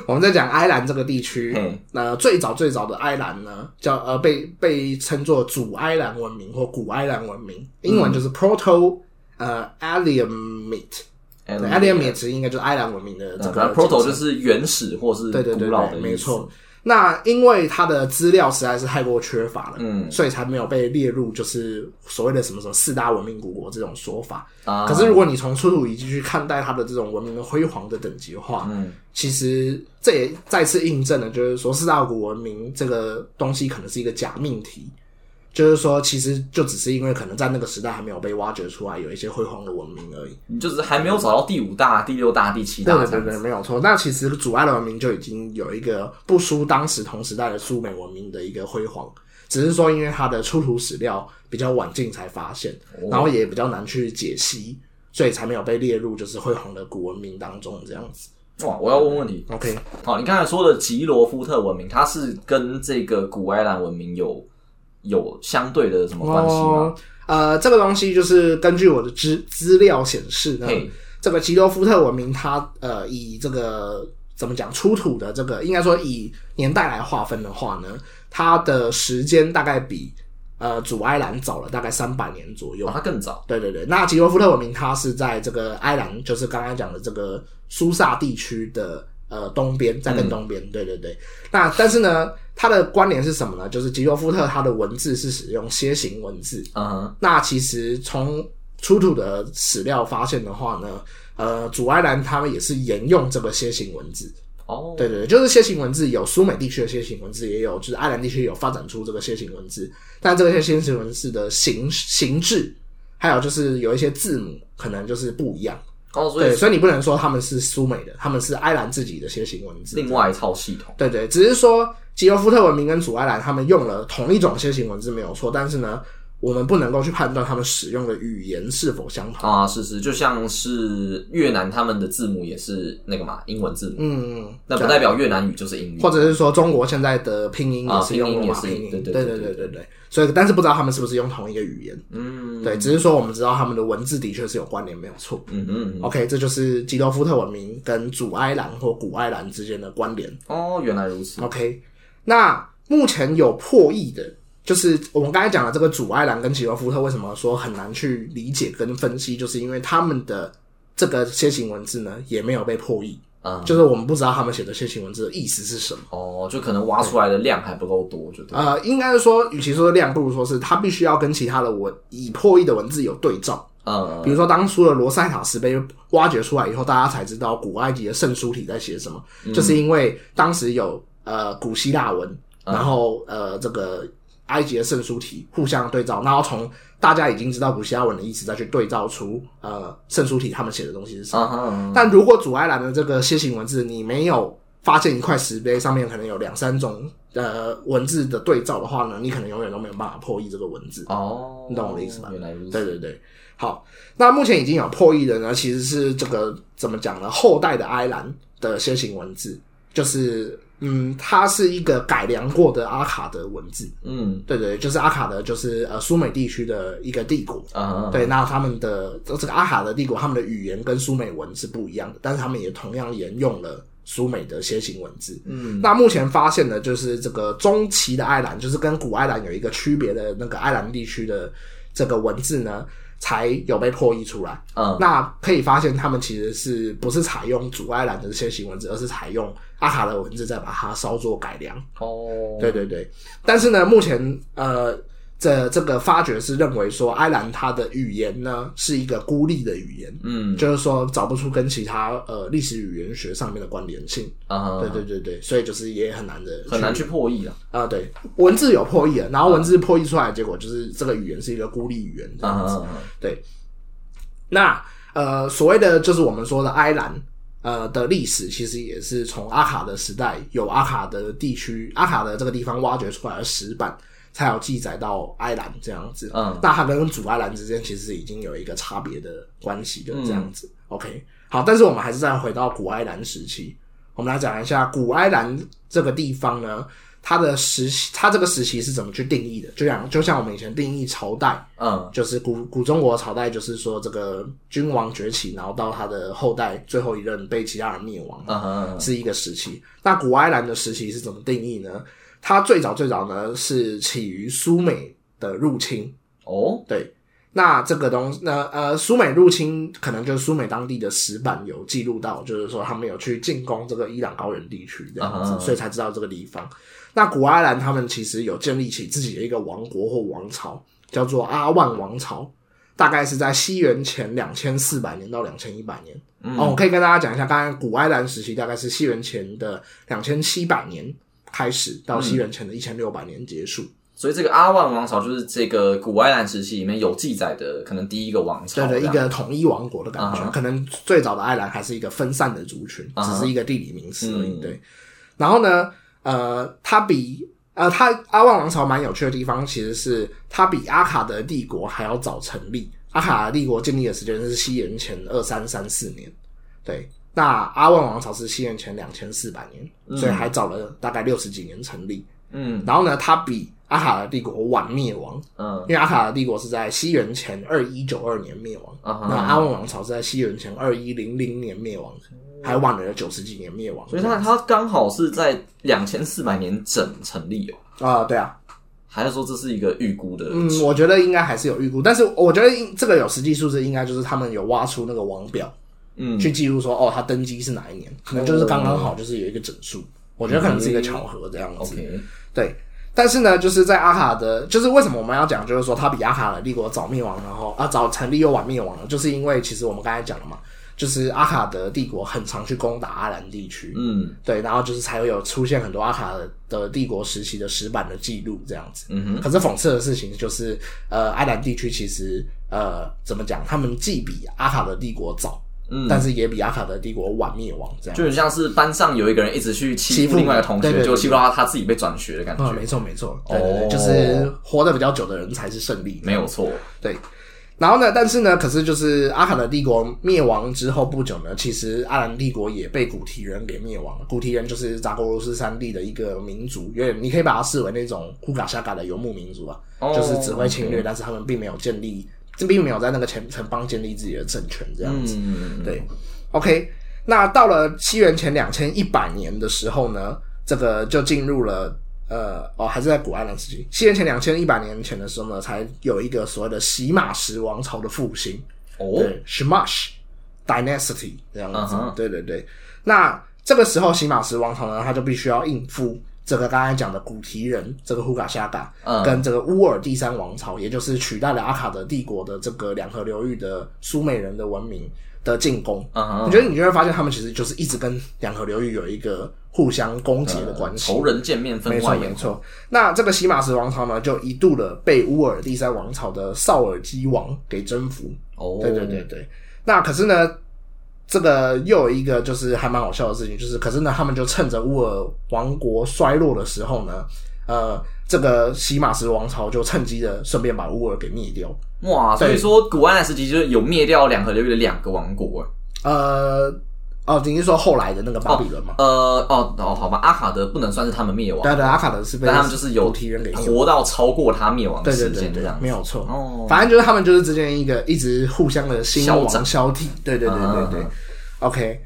S1: 我们在讲埃兰这个地区
S2: 嗯，
S1: 那、最早最早的埃兰呢，叫呃被被称作祖埃兰文
S2: 嗯
S1: 明或古埃兰文明，英文就是 Proto、呃 Aliamite，
S2: 艾
S1: 对，
S2: 伦
S1: 艾利安米也直译应该就是埃兰文明的这
S2: 呃
S1: 个
S2: 反正 proto
S1: 简称
S2: 就是原始或是
S1: 对对对
S2: 古老
S1: 对，
S2: 的意思
S1: 没错。。那因为它的资料实在是太过缺乏了，
S2: 嗯
S1: 所以才没有被列入就是所谓的什么什么四大文明古国这种说法。
S2: 啊，
S1: 可是如果你从出土遗迹去看待它的这种文明的辉煌的等级的话，
S2: 嗯
S1: 其实这也再次印证了，就是说四大古文明这个东西可能是一个假命题，就是说其实就只是因为可能在那个时代还没有被挖掘出来有一些辉煌的文明而已。
S2: 你就只是还没有找到第五大、第六大、第七
S1: 对
S2: 大
S1: 对
S2: 这
S1: 对
S2: 样
S1: 对，
S2: 子。
S1: 没有错。那其实主埃的文明就已经有一个不输当时同时代的苏美文明的一个辉煌，只是说因为它的出土史料比较晚近才发现，
S2: 哦
S1: 然后也比较难去解析，所以才没有被列入就是辉煌的古文明当中这样子。
S2: 哇，我要问问题。
S1: OK，
S2: 好，你刚才说的吉罗夫特文明，它是跟这个古埃兰文明有有相对的什么关系吗？
S1: 哦，呃，这个东西就是根据我的资资料显示呢
S2: 嘿，
S1: 这个吉多夫特文明它呃以这个怎么讲出土的这个，应该说以年代来划分的话呢，它的时间大概比呃祖埃兰早了大概三百年左右。
S2: 哦，它更早
S1: 对对对，那吉多夫特文明它是在这个埃兰，就是刚刚讲的这个苏萨地区的呃东边，在更东边。对对对，那但是呢，它的关联是什么呢？就是吉多夫特它的文字是使用楔形文字，
S2: 嗯哼，
S1: 那其实从出土的史料发现的话呢，呃，祖埃兰他们也是沿用这个楔形文字。
S2: 哦，
S1: 对对对，就是楔形文字有苏美地区的楔形文字，也有就是爱尔兰地区有发展出这个楔形文字，但这个楔形文字的形形制，还有就是有一些字母可能就是不一样。
S2: 哦，所以
S1: 对，所以你不能说他们是苏美的，他们是埃兰自己的楔形文字。
S2: 另外一套系统
S1: 对对，只是说吉尤夫特文明跟祖埃兰他们用了同一种楔形文字没有错，但是呢，我们不能够去判断他们使用的语言是否相同。
S2: 啊，是是，就像是越南他们的字母也是那个嘛，英文字母，
S1: 嗯，
S2: 那不代表越南语就是英语，
S1: 或者是说中国现在的拼音也是用罗马
S2: 啊拼音也是
S1: 音，
S2: 对对
S1: 对对
S2: 对对
S1: 对对。所以，但是不知道他们是不是用同一个语言，
S2: 嗯，
S1: 对，只是说我们知道他们的文字的确是有关联，没有错。
S2: 嗯嗯嗯，
S1: OK，这就是基多夫特文明跟主埃兰或古埃兰之间的关联。
S2: 哦，原来如此，
S1: OK，那目前有破译的，就是我们刚才讲的这个主埃兰跟吉罗夫特，为什么说很难去理解跟分析，就是因为他们的这个楔形文字呢也没有被破译，
S2: 嗯，
S1: 就是我们不知道他们写的楔形文字的意思是什么。
S2: 哦，就可能挖出来的量还不够多，就对，
S1: 呃，应该是说，与其说量，不如说是它必须要跟其他的文已破译的文字有对照。
S2: 嗯，
S1: 比如说，当初的罗塞塔石碑挖掘出来以后，大家才知道古埃及的圣书体在写什么，就是因为当时有呃古希腊文，然后呃这个埃及的圣书体互相对照，然后从大家已经知道古希腊文的意思，再去对照出呃圣书体他们写的东西是什么。
S2: 啊哈，嗯
S1: 但如果祖埃兰的这个楔形文字，你没有发现一块石碑上面可能有两三种呃文字的对照的话呢，你可能永远都没有办法破译这个文字。
S2: 哦，
S1: 你懂我的意思吧
S2: 原来如此，
S1: 对对对，好，那目前已经有破译的呢，其实是这个怎么讲呢？后代的埃兰的楔形文字，就是嗯，它是一个改良过的阿卡德文字。
S2: 嗯，
S1: 对对，就是阿卡德，就是呃苏美地区的一个帝国。
S2: 啊，
S1: 对，那他们的这个阿卡的帝国，他们的语言跟苏美文是不一样的，但是他们也同样沿用了苏美的楔形文字。
S2: 嗯，
S1: 那目前发现的就是这个中期的爱兰，就是跟古爱兰有一个区别的那个爱兰地区的这个文字呢，才有被破译出来。
S2: 嗯，
S1: 那可以发现，他们其实是不是采用主爱兰的楔形文字，而是采用阿卡的文字，再把它稍作改良。
S2: 哦，
S1: 对对对，但是呢，目前呃，这这个发掘是认为说，埃兰它的语言呢是一个孤立的语言，
S2: 嗯，
S1: 就是说找不出跟其他呃历史语言学上面的关联性。
S2: 啊，
S1: 对对对对，所以就是也很难的，
S2: 很难去破译了。
S1: 啊、对，文字有破译了，然后文字破译出来，的结果就是这个语言是一个孤立语言这样子。
S2: 啊，
S1: 对，那呃，所谓的就是我们说的埃兰。呃的历史其实也是从阿卡的时代，有阿卡的地区，阿卡的这个地方挖掘出来的石板，才有记载到埃兰这样子。
S2: 嗯
S1: 那它跟主埃兰之间其实已经有一个差别的关系的这样子。OK，好，但是我们还是再回到古埃兰时期，我们来讲一下古埃兰这个地方呢，它的时期，它这个时期是怎么去定义的？就像就像我们以前定义朝代，
S2: 嗯，
S1: 就是古古中国朝代，就是说这个君王崛起，然后到他的后代最后一任被其他人灭亡，
S2: 啊，
S1: 是一个时期。那古埃兰的时期是怎么定义呢？它最早最早呢是起于苏美的入侵，
S2: 哦，
S1: 对。那这个东那呃，苏美入侵可能就是苏美当地的石板有记录到，就是说他们有去进攻这个伊朗高原地区这样子，
S2: 啊
S1: 所以才知道这个地方。那古阿兰他们其实有建立起自己的一个王国或王朝，叫做阿万王朝，大概是在西元前两千四百年到两千一百年。
S2: 嗯
S1: 哦，我可以跟大家讲一下，刚才古埃兰时期大概是西元前的两千七百年开始，
S2: 嗯
S1: 到西元前的一千六百年结束。
S2: 所以这个阿万王朝就是这个古埃兰时期里面有记载的，可能第一个王朝
S1: 对
S2: 这
S1: 的，
S2: 样，
S1: 一个统一王国的感觉。
S2: 啊哈
S1: 可能最早的爱尔兰还是一个分散的族群，
S2: 啊哈
S1: 只是一个地理名词而已。
S2: 嗯
S1: 对，然后呢，呃，它比呃，它阿旺王朝蛮有趣的地方，其实是它比阿卡德帝国还要早成立。阿卡德帝国建立的时间是西元前二三三四年，对。那阿旺王朝是西元前两千四百年，所以还早了大概六十几年成立。
S2: 嗯
S1: 然后呢，它比阿卡德帝国晚灭亡，
S2: 嗯
S1: 因为阿卡德帝国是在西元前二一九二年灭亡，
S2: 啊
S1: 那
S2: 哈，
S1: 阿旺王朝是在西元前二一零零年灭亡的，还晚了九十几年灭亡。
S2: 哦所以它它刚好是在两千四百年整成立哦，
S1: 啊、对啊，
S2: 还是说这是一个预估的？
S1: 嗯，我觉得应该还是有预估，但是我觉得应这个有实际数字，应该就是他们有挖出那个王表、
S2: 嗯，
S1: 去记录说，哦，他登基是哪一年，可能就是刚刚好，就是有一个整数。我觉得可能是一个巧合这样子。
S2: 哦 OK，
S1: 对，但是呢，就是在阿卡德，就是为什么我们要讲，就是说它比阿卡德帝国早灭亡，然后啊早成立又晚灭亡了，就是因为其实我们刚才讲了嘛，就是阿卡德帝国很常去攻打阿兰地区，
S2: 嗯
S1: 对，然后就是才会有出现很多阿卡德帝国时期的石板的记录这样子。
S2: 嗯哼，
S1: 可是讽刺的事情就是，呃，阿兰地区其实呃怎么讲，他们既比阿卡德帝国早，
S2: 嗯，
S1: 但是也比阿卡德帝国晚灭亡这样。
S2: 就很像是班上有一个人一直去欺
S1: 欺负
S2: 负另外一个同
S1: 对对
S2: 学，
S1: 对
S2: 就欺负到他他自己被转学的感
S1: 啊、
S2: 觉，
S1: 没错没错，对对对，
S2: 哦
S1: 就是活得比较久的人才是胜利。
S2: 没有错。
S1: 对。然后呢？但是呢？可是就是阿卡德帝国灭亡之后不久呢，其实阿兰帝国也被古提人给灭亡了。古提人就是扎格罗斯山地的一个民族，有点你可以把它视为那种库嘎夏嘎的游牧民族啊，
S2: 哦
S1: 就是只会侵略，但是他们并没有建立，这并没有在那个城城邦建立自己的政权这样子。
S2: 嗯，
S1: 对，OK，那到了西元前两千一百年的时候呢，这个就进入了呃哦，还是在古埃兰时期。西元前两千一百年前的时候呢，才有一个所谓的洗马什王朝的复兴，
S2: 哦，
S1: 对，Shamash Dynasty 这样
S2: 嗯
S1: 子。
S2: 哼
S1: 对对对，那这个时候洗马什王朝呢，他就必须要应付。这个刚才讲的古提人，这个呼卡夏嘎，
S2: 嗯
S1: 跟这个乌尔第三王朝，也就是取代了阿卡德帝国的这个两河流域的苏美人的文明的进攻，
S2: 啊，
S1: 我觉得你就会发现，他们其实就是一直跟两河流域有一个互相攻击的关系。
S2: 仇人见面分
S1: 没错
S2: 外
S1: 没
S2: 眼，
S1: 错。那这个洗马什王朝呢，就一度的被乌尔第三王朝的绍尔基王给征服。
S2: 哦，
S1: 对对对，对。那可是呢，这个又有一个就是还蛮好笑的事情，就是可是呢，他们就趁着乌尔王国衰落的时候呢，呃，这个洗马什王朝就趁机的顺便把乌尔给灭掉。
S2: 哇，所以
S1: 对
S2: 说古埃兰时期就是有灭掉两河流域的两个王国，
S1: 呃，哦，你是说后来的那个巴比伦吗？
S2: 呃，哦哦，好吧，阿卡德不能算是他们灭亡，
S1: 对啊对，阿卡德是被
S2: 但他们就是有
S1: 古提人给灭
S2: 活到超过他灭亡的
S1: 对对
S2: 时
S1: 对
S2: 间这
S1: 对
S2: 样，子
S1: 没有错。
S2: 哦，
S1: 反正就是他们就是之间一个一直互相的兴
S2: 消
S1: 亡
S2: 长
S1: 消替，对对对对对。
S2: 啊
S1: OK，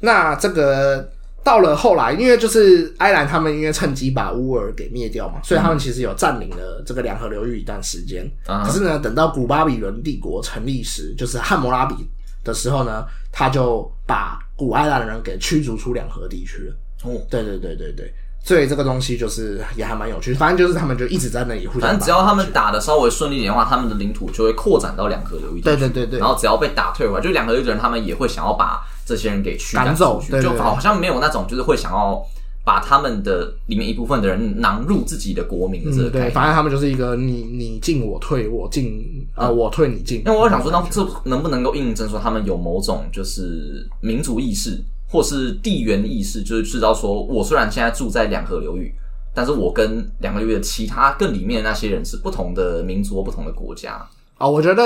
S1: 那这个到了后来，因为就是埃兰他们因为趁机把乌尔给灭掉嘛，所以他们其实有占领了这个两河流域一段时间。
S2: 啊
S1: 可是呢，等到古巴比伦帝国成立时，就是汉谟拉比的时候呢，他就把古埃兰人给驱逐出两河地区了。
S2: 哦
S1: 对对对对对。所以这个东西就是也还蛮有趣，反正就是他们就一直在那里互相打。
S2: 反正只要他们打的稍微顺利一点的话，他们的领土就会扩展到两河流域。
S1: 对对对对
S2: 然，后只要被打退回来，就两河流域的人，他们也会想要把这些人给驱
S1: 赶
S2: 赶
S1: 走
S2: 出去
S1: 对对
S2: 就好像没有那种就是会想要把他们的里面一部分的人囊入自己的国民的这
S1: 嗯，
S2: 个概
S1: 对，
S2: 念。
S1: 反正他们就是一个你你进我退，我进啊、呃我退你进。嗯
S2: 嗯那我想说，那这能不能够印证说他们有某种就是民族意识，或是地缘意识，就是知道说我虽然现在住在两河流域，但是我跟两河流域的其他更里面的那些人是不同的民族、不同的国家。
S1: 哦，我觉得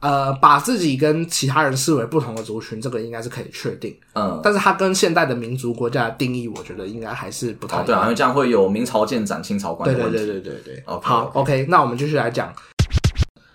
S1: 呃，把自己跟其他人视为不同的族群，这个应该是可以确定。
S2: 嗯，
S1: 但是它跟现代的民族国家的定义，我觉得应该还是不太
S2: 哦，
S1: 一
S2: 对啊，因
S1: 样。
S2: 为这样会有明朝建盏、清朝关
S1: 对
S2: 的
S1: 对
S2: 问题。
S1: 对对对对。
S2: OK，
S1: 好，OK，那我们继续来讲。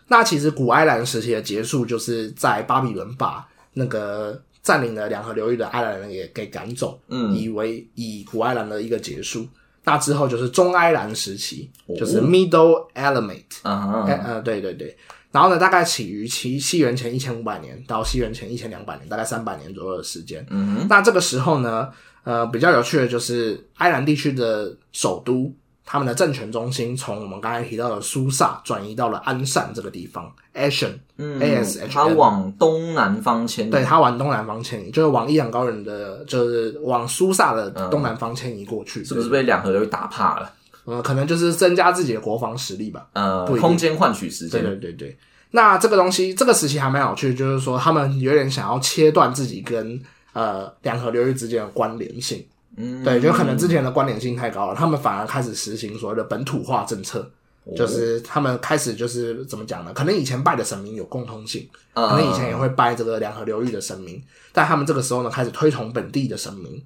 S1: 那其实古埃兰时期的结束，就是在巴比伦把那个占领了两河流域的埃兰人也给赶走，
S2: 嗯
S1: 以为以古埃兰的一个结束。那之后就是中埃兰时期
S2: 哦，
S1: 就是 Middle Element，、
S2: 嗯哼
S1: 呃，对对对。然后呢，大概起于其西元前一千五百年到西元前一千两百年，大概三百年左右的时间。
S2: 嗯哼，
S1: 那这个时候呢，呃，比较有趣的就是埃兰地区的首都，他们的政权中心从我们刚才提到的苏萨转移到了安善这个地方 a s h e n
S2: 嗯
S1: ASHN
S2: 它往东南方迁移，
S1: 对，它往东南方迁移，就是往伊朗高原的，就是往苏萨的东南方迁移过去，
S2: 嗯是不是被两河流域打怕了？
S1: 呃，可能就是增加自己的国防实力吧。
S2: 呃
S1: 不一，定
S2: 空间换取时
S1: 对
S2: 间，
S1: 对对对。那这个东西，这个时期还蛮有趣，就是说他们有点想要切断自己跟呃两河流域之间的关联性。
S2: 嗯，
S1: 对，就可能之前的关联性太高了，他们反而开始实行所谓的本土化政策，
S2: 哦
S1: 就是他们开始就是怎么讲呢？可能以前拜的神明有共通性，
S2: 可
S1: 可能以前也会拜这个两河流域的神明，但他们这个时候呢开始推崇本地的神明，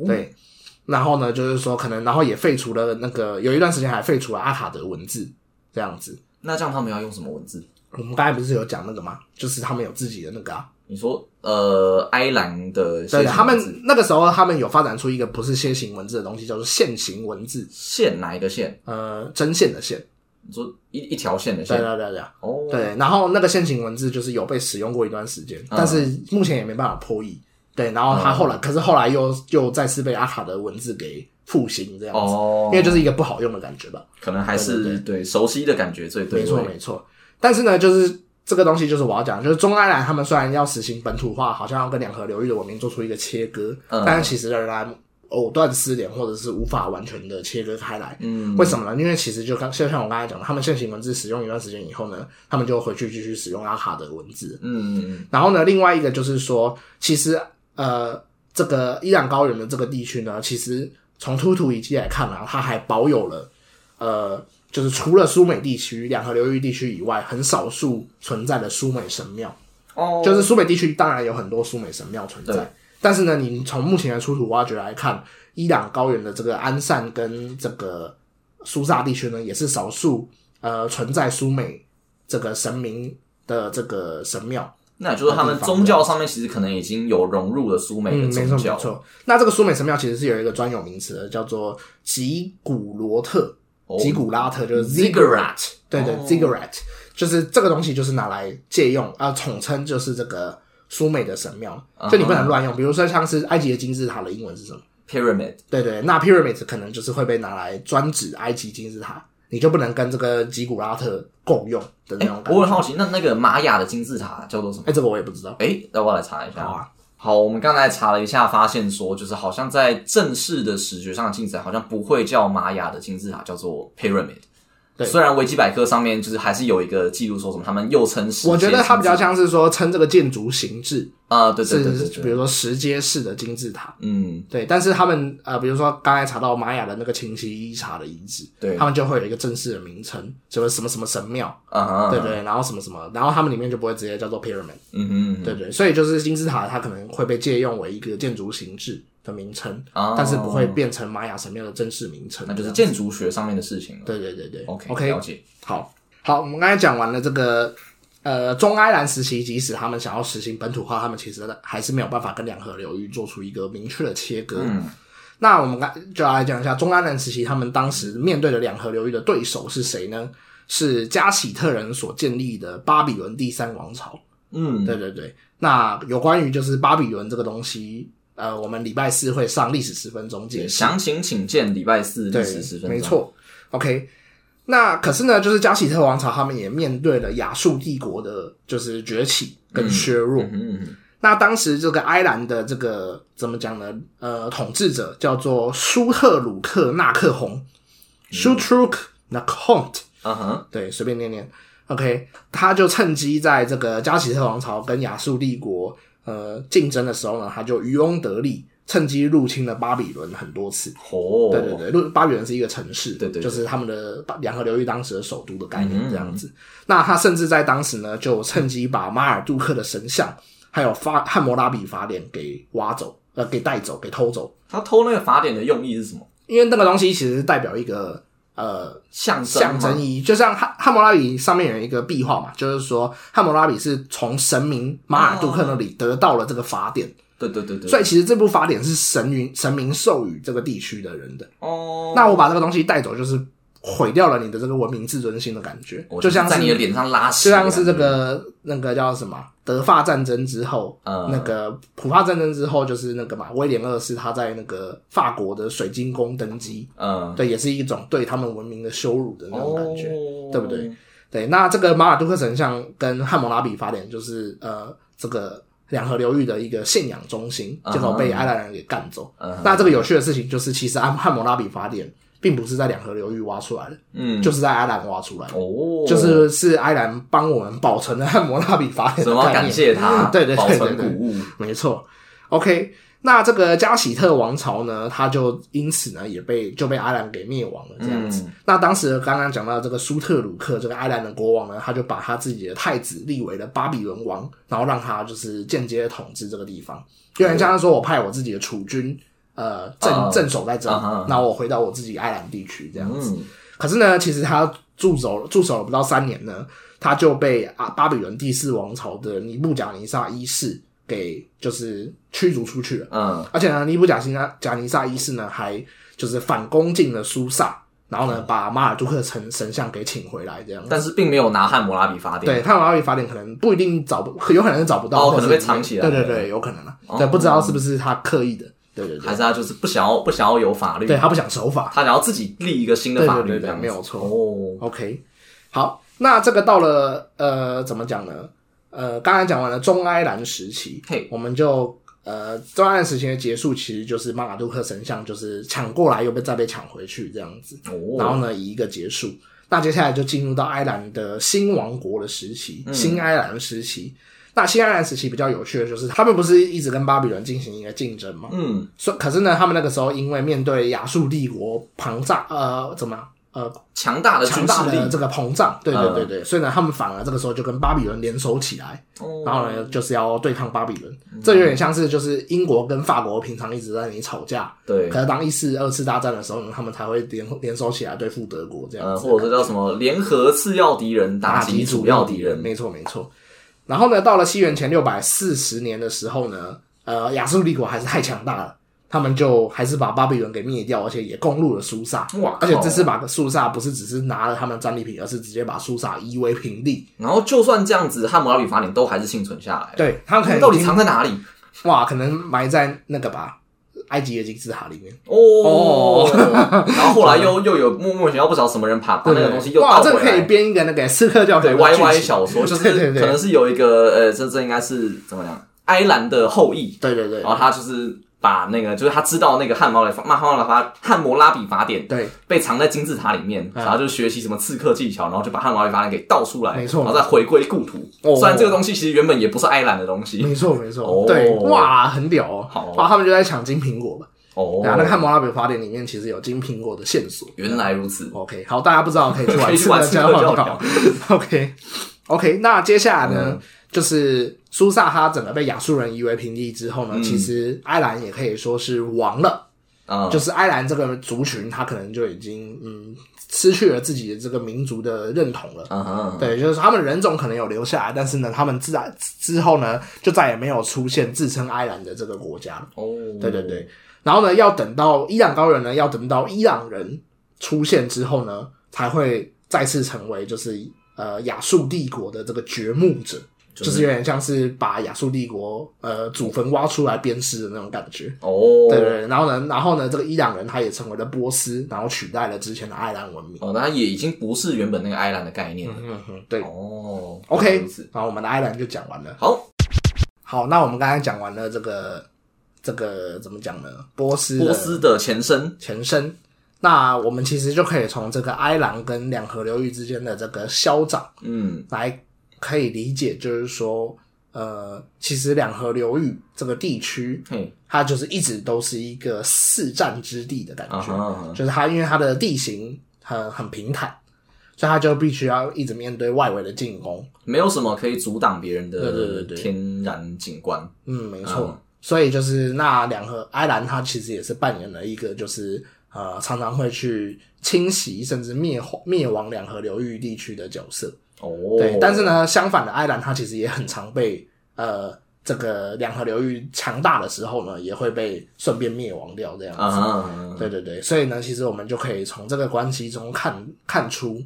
S2: 哦
S1: 对。然后呢，就是说可能，然后也废除了那个有一段时间还废除了阿卡德文字这样子。
S2: 那这样他们要用什么文字？
S1: 我们刚才不是有讲那个吗？就是他们有自己的那个啊，
S2: 你说呃，埃兰的
S1: 对
S2: 线
S1: 他们那个时候他们有发展出一个不是楔形文字的东西，叫做线形文字，
S2: 线哪一个线？
S1: 呃，针线的线，
S2: 你说一一条线的
S1: 对
S2: 线
S1: 对对对。
S2: 哦，
S1: 对，然后那个线形文字就是有被使用过一段时间，
S2: 嗯
S1: 但是目前也没办法破译。对，然后他后来，可是后来又又再次被阿卡的文字给复兴这样子，
S2: 哦，
S1: 因为就是一个不好用的感觉吧。
S2: 可能还是
S1: 对
S2: 对熟悉的感觉最对
S1: 没
S2: 味，
S1: 错，没错。但是呢，就是这个东西，就是我要讲，就是中埃兰他们虽然要实行本土化，好像要跟两河流域的文明做出一个切割，
S2: 嗯
S1: 但是其实仍然藕断丝连，或者是无法完全的切割开来。
S2: 嗯，
S1: 为什么呢？因为其实就刚就像我刚才讲的，他们现行文字使用一段时间以后呢，他们就回去继续使用阿卡的文字。
S2: 嗯嗯
S1: 然后呢，另外一个就是说，其实呃，这个伊朗高原的这个地区呢，其实从突图遗迹来看啊，它还保有了呃，就是除了苏美地区、两河流域地区以外，很少数存在的苏美神庙。
S2: 哦，
S1: 就是苏美地区当然有很多苏美神庙存
S2: 对
S1: 在，但是呢，你从目前的出土挖掘来看，伊朗高原的这个安善跟这个苏萨地区呢，也是少数呃存在苏美这个神明的这个神庙。
S2: 那也就是说他们宗教上面其实可能已经有融入了苏美
S1: 嗯，
S2: 的
S1: 没
S2: 宗
S1: 错
S2: 教
S1: 没，错。那这个苏美神庙其实是有一个专有名词的，叫做吉古罗特、
S2: 哦
S1: 吉古拉特，就是
S2: Ziggurat
S1: ziggurat，对对
S2: 哦
S1: ，ziggurat，就是这个东西就是拿来借用啊，统称就是这个苏美的神庙
S2: 嗯，哼
S1: 就你不能乱用。比如说像是埃及的金字塔的英文是什么？
S2: pyramid
S1: 对对，那 pyramid 可能就是会被拿来专指埃及金字塔，你就不能跟这个吉古拉特共用的那种感
S2: 我很
S1: 觉。
S2: 好奇，那那个玛雅的金字塔叫做什么？
S1: 哎，这个我也不知道。
S2: 哎，要不要来查一下？
S1: 好啊，
S2: 好，我们刚才查了一下，发现说就是好像在正式的史学上的金字塔，好像不会叫玛雅的金字塔，叫做 pyramid。
S1: 对
S2: 虽然维基百科上面就是还是有一个记录说什么他们又称石阶
S1: 我觉得它比较
S2: 金字塔
S1: 像是说称这个建筑形制
S2: 啊、对对对
S1: 是
S2: 对
S1: 比
S2: 对，
S1: 如说石阶式的金字塔。
S2: 嗯，
S1: 对，但是他们呃，比如说刚才查到玛雅的那个清晰伊查的遗址，
S2: 对
S1: 他们就会有一个正式的名称，什么什么什么神庙，
S2: 啊哈，
S1: 对对，然后什么什么，然后他们里面就不会直接叫做 pyramid，
S2: 嗯哼，嗯哼
S1: 对对，所以就是金字塔它可能会被借用为一个建筑形制的名称，
S2: 哦
S1: 但是不会变成玛雅神庙的正式名称，
S2: 那就是
S1: 这样
S2: 建筑学上面的事情了。
S1: 对对对对
S2: OK
S1: OK，
S2: 了解。
S1: 好好，我们刚才讲完了这个。呃，中埃兰时期，即使他们想要实行本土化，他们其实还是没有办法跟两河流域做出一个明确的切割。
S2: 嗯，
S1: 那我们刚就要来讲一下中安南时期，他们当时面对的两河流域的对手是谁呢？是加喜特人所建立的巴比伦第三王朝。
S2: 嗯，
S1: 对对对，那有关于就是巴比伦这个东西，呃，我们礼拜四会上历史十分钟解释。
S2: 详情请见礼拜四
S1: 对
S2: 历史十，分钟。
S1: 没，错。OK，那可是呢，就是加喜特王朝他们也面对了亚述帝国的，就是崛起跟削弱。
S2: 嗯哼嗯哼，
S1: 那当时这个埃兰的这个怎么讲呢？呃，统治者叫做舒特鲁克纳克洪
S2: 嗯
S1: s h u t r u k n a k h o n t
S2: 啊哈，
S1: 对，随便念念。OK，他就趁机在这个加奇特王朝跟亚述帝国呃竞争的时候呢，他就渔翁得利，趁机入侵了巴比伦很多次。
S2: 哦，
S1: 对对对，路巴比伦是一个城市，
S2: 对嗯对对
S1: 就是他们的巴两河流域当时的首都的概念这样子。那他甚至在当时呢，就趁机把马尔杜克的神像，还有法汉谟拉比法典给挖走，呃，给带走，给偷走，
S2: 他偷那个法典的用意是什么？
S1: 因为那个东西其实代表一个呃
S2: 象征
S1: 象
S2: 吗
S1: 征意义，就像汉汉谟拉比上面有一个壁画嘛，就是说汉谟拉比是从神明马尔杜克那里得到了这个法典，
S2: 对对对对，
S1: 所以其实这部法典是神明神明授予这个地区的人的。
S2: 哦，
S1: 那我把这个东西带走，就是毁掉了你的这个文明自尊心的感觉
S2: 我，
S1: 就像
S2: 在
S1: 是
S2: 你的脸上拉屎
S1: 就
S2: 一样，
S1: 像是这个那个叫什么德法战争之后，
S2: 嗯
S1: 那个普法战争之后就是那个嘛，威廉二世他在那个法国的水晶宫登基，
S2: 嗯，
S1: 对，也是一种对他们文明的羞辱的那种感觉。
S2: 哦
S1: 对不对？对，那这个马尔杜克神像跟汉谟拉比法典就是呃这个两河流域的一个信仰中心，
S2: 嗯哼
S1: 结果被埃兰人给干走。
S2: 嗯
S1: 那这个有趣的事情就是，其实汉汉谟拉比法典并不是在两河流域挖出来的，
S2: 嗯，
S1: 就是在埃兰挖出来的。
S2: 哦，
S1: 就是是埃兰帮我们保存了汉谟拉比法典
S2: 什
S1: 的
S2: 么
S1: 概
S2: 要
S1: 念，
S2: 感谢他，
S1: 对对对
S2: 保存
S1: 对对
S2: 古物，
S1: 没错。OK，那这个加喜特王朝呢，它就因此呢也被就被埃兰给灭亡了这样子。
S2: 嗯
S1: 那当时刚刚讲到这个苏特鲁克这个埃兰的国王呢，他就把他自己的太子立为了巴比伦王，然后让他就是间接统治这个地方，有点像是说我派我自己的储君。呃，镇
S2: 啊
S1: 镇守在这里
S2: 啊哈，
S1: 那、我回到我自己埃兰地区这样子。
S2: 嗯，
S1: 可是呢，其实他驻守驻守了不到三年呢，他就被啊巴比伦第四王朝的尼布甲尼撒一世给就是驱逐出去了。
S2: 嗯，
S1: 而且呢，尼布甲尼撒甲尼撒一世呢，还就是反攻进了苏萨，然后呢，把马尔杜克神神像给请回来，这样。
S2: 嗯但是并没有拿汉谟拉比法典，
S1: 对，汉谟拉比法典可能不一定找不，有可能是找不到，
S2: 哦
S1: 或者是
S2: 可能被藏起
S1: 对
S2: 来
S1: 对对，有可能啊，
S2: 哦
S1: 对，不知道是不是他刻意的。对对
S2: 还
S1: 对，
S2: 是他就是不想要不想要有法律，
S1: 对他不想守法。
S2: 他想要自己立一个新的法律，
S1: 对对对
S2: 这样子
S1: 没有错
S2: 哦，
S1: OK，好，那这个到了呃，怎么讲呢？呃，刚才讲完了中埃兰时期
S2: 嘿，
S1: 我们就呃，中埃兰时期的结束其实就是马卡杜克神像就是抢过来又被再被抢回去这样子，
S2: 哦，
S1: 然后呢以一个结束。那接下来就进入到埃兰的新王国的时期，
S2: 嗯
S1: 新埃兰时期。那新埃兰时期比较有趣的就是，他们不是一直跟巴比伦进行一个竞争吗？
S2: 嗯，
S1: 所以可是呢，他们那个时候因为面对亚述帝国庞大，呃，怎么样呃
S2: 强大的
S1: 强
S2: 军事
S1: 大的
S2: 力，
S1: 这个膨胀，对对
S2: 嗯
S1: 对对，所以呢，他们反而这个时候就跟巴比伦联手起来，
S2: 哦嗯
S1: 然后呢，就是要对抗巴比伦。这有点像是就是英国跟法国平常一直在那里吵架，
S2: 对
S1: 可，是当一次、二次大战的时候呢，他们才会联联手起来对付德国这样
S2: 呃，
S1: 子。
S2: 或者说叫什么联合次要敌人打
S1: 打
S2: 击
S1: 击
S2: 主
S1: 主
S2: 要
S1: 要
S2: 敌
S1: 敌
S2: 人
S1: 人，，没错没错。然后呢，到了西元前六百四十年的时候呢，呃，亚述帝国还是太强大了，他们就还是把巴比伦给灭掉，而且也攻入了苏萨。
S2: 哇，
S1: 而且这
S2: 靠
S1: 次把苏萨不是只是拿了他们战利品，而是直接把苏萨夷为平地。
S2: 然后就算这样子，汉谟拉比法典都还是幸存下来。
S1: 对他们
S2: 他
S1: 可能
S2: 们到底
S1: 已经
S2: 藏在哪里？
S1: 哇，可能埋在那个吧，埃及的金字塔里面。
S2: 哦， 然后后来又又有莫莫名其妙不知道什么人把把那个东西又
S1: 哇，
S2: 倒
S1: 这个
S2: 回
S1: 可以
S2: 来。
S1: 编一个那个刺客教条
S2: 对
S1: 的
S2: ，Y
S1: 剧
S2: Y
S1: 情
S2: 小 说就是
S1: 对对对
S2: 可能是有一个呃，这这应该是怎么样？埃兰的后裔，
S1: 对对对
S2: 然后他就是把那个就是他知道那个汉谟拉法汉谟拉法汉谟拉比法典
S1: 对
S2: 被藏在金字塔里面，
S1: 哎
S2: 然后就学习什么刺客技巧，然后就把汉谟拉比法典给倒出来，
S1: 没错
S2: 然后再回归故土。
S1: 哦
S2: 虽然这个东西其实原本也不是埃兰的东西
S1: 没错没错，
S2: 哦
S1: 对，哇，很屌
S2: 好
S1: 哦！哇，他们就在抢金苹果吧？
S2: 哦
S1: 对，啊，那个《汉谟拉比法典》里面其实有金苹果的线索。
S2: 原来如此。
S1: OK，好，大家不知道可以去
S2: 可
S1: 玩
S2: 以去
S1: 刺
S2: 玩
S1: 客
S2: 刺客
S1: 教
S2: 教
S1: 条。
S2: 条
S1: OK OK，那接下来呢，
S2: 嗯
S1: 就是苏萨他整个被亚述人夷为平地之后
S2: 嗯
S1: 呢，其实埃兰也可以说是亡了。
S2: 啊，
S1: 就是埃兰这个族群，他可能就已经嗯失去了自己的这个民族的认同了。
S2: 嗯哼，
S1: 对，就是他们人种可能有留下来，但是呢，他们自然之后呢，就再也没有出现自称埃兰的这个国家了。
S2: 哦，
S1: 对对对，然后呢，要等到伊朗高原呢，要等到伊朗人出现之后呢，才会再次成为就是呃亚述帝国的这个掘墓者，
S2: 就
S1: 就
S2: 是
S1: 是有点像是把亚述帝国呃祖坟挖出来鞭尸的那种感觉。
S2: 哦，
S1: 对对对，然后呢，然后呢，这个伊朗人他也成为了波斯，然后取代了之前的爱尔兰文明。
S2: 哦，那它也已经不是原本那个埃兰的概念了。
S1: 嗯哼，对。
S2: 哦
S1: OK，
S2: 如此
S1: 然后我们的爱尔兰就讲完了。
S2: 好，
S1: 好，那我们刚才讲完了这个这个怎么讲呢？波斯的
S2: 波斯的前身，
S1: 前身。那我们其实就可以从这个埃朗跟两河流域之间的这个消长
S2: 嗯，
S1: 来可以理解，就是说，呃，其实两河流域这个地区，
S2: 嘿，
S1: 它就是一直都是一个四战之地的感觉。
S2: 啊哈啊哈，
S1: 就是它因为它的地形很很平坦，所以它就必须要一直面对外围的进攻。
S2: 没有什么可以阻挡别人
S1: 对对
S2: 的
S1: 对对
S2: 天然景观。
S1: 嗯，没错。
S2: 嗯
S1: 所以就是那两河埃兰，它其实也是扮演了一个就是呃常常会去清洗甚至灭亡灭亡两河流域地区的角色。
S2: 哦，
S1: 对，但是，呢，相反的，埃兰它其实也很常被呃这个两河流域强大的时候呢，也会被顺便灭亡掉这样子。
S2: 啊哈，
S1: 对对对，所以呢，其实我们就可以从这个关系中看看出，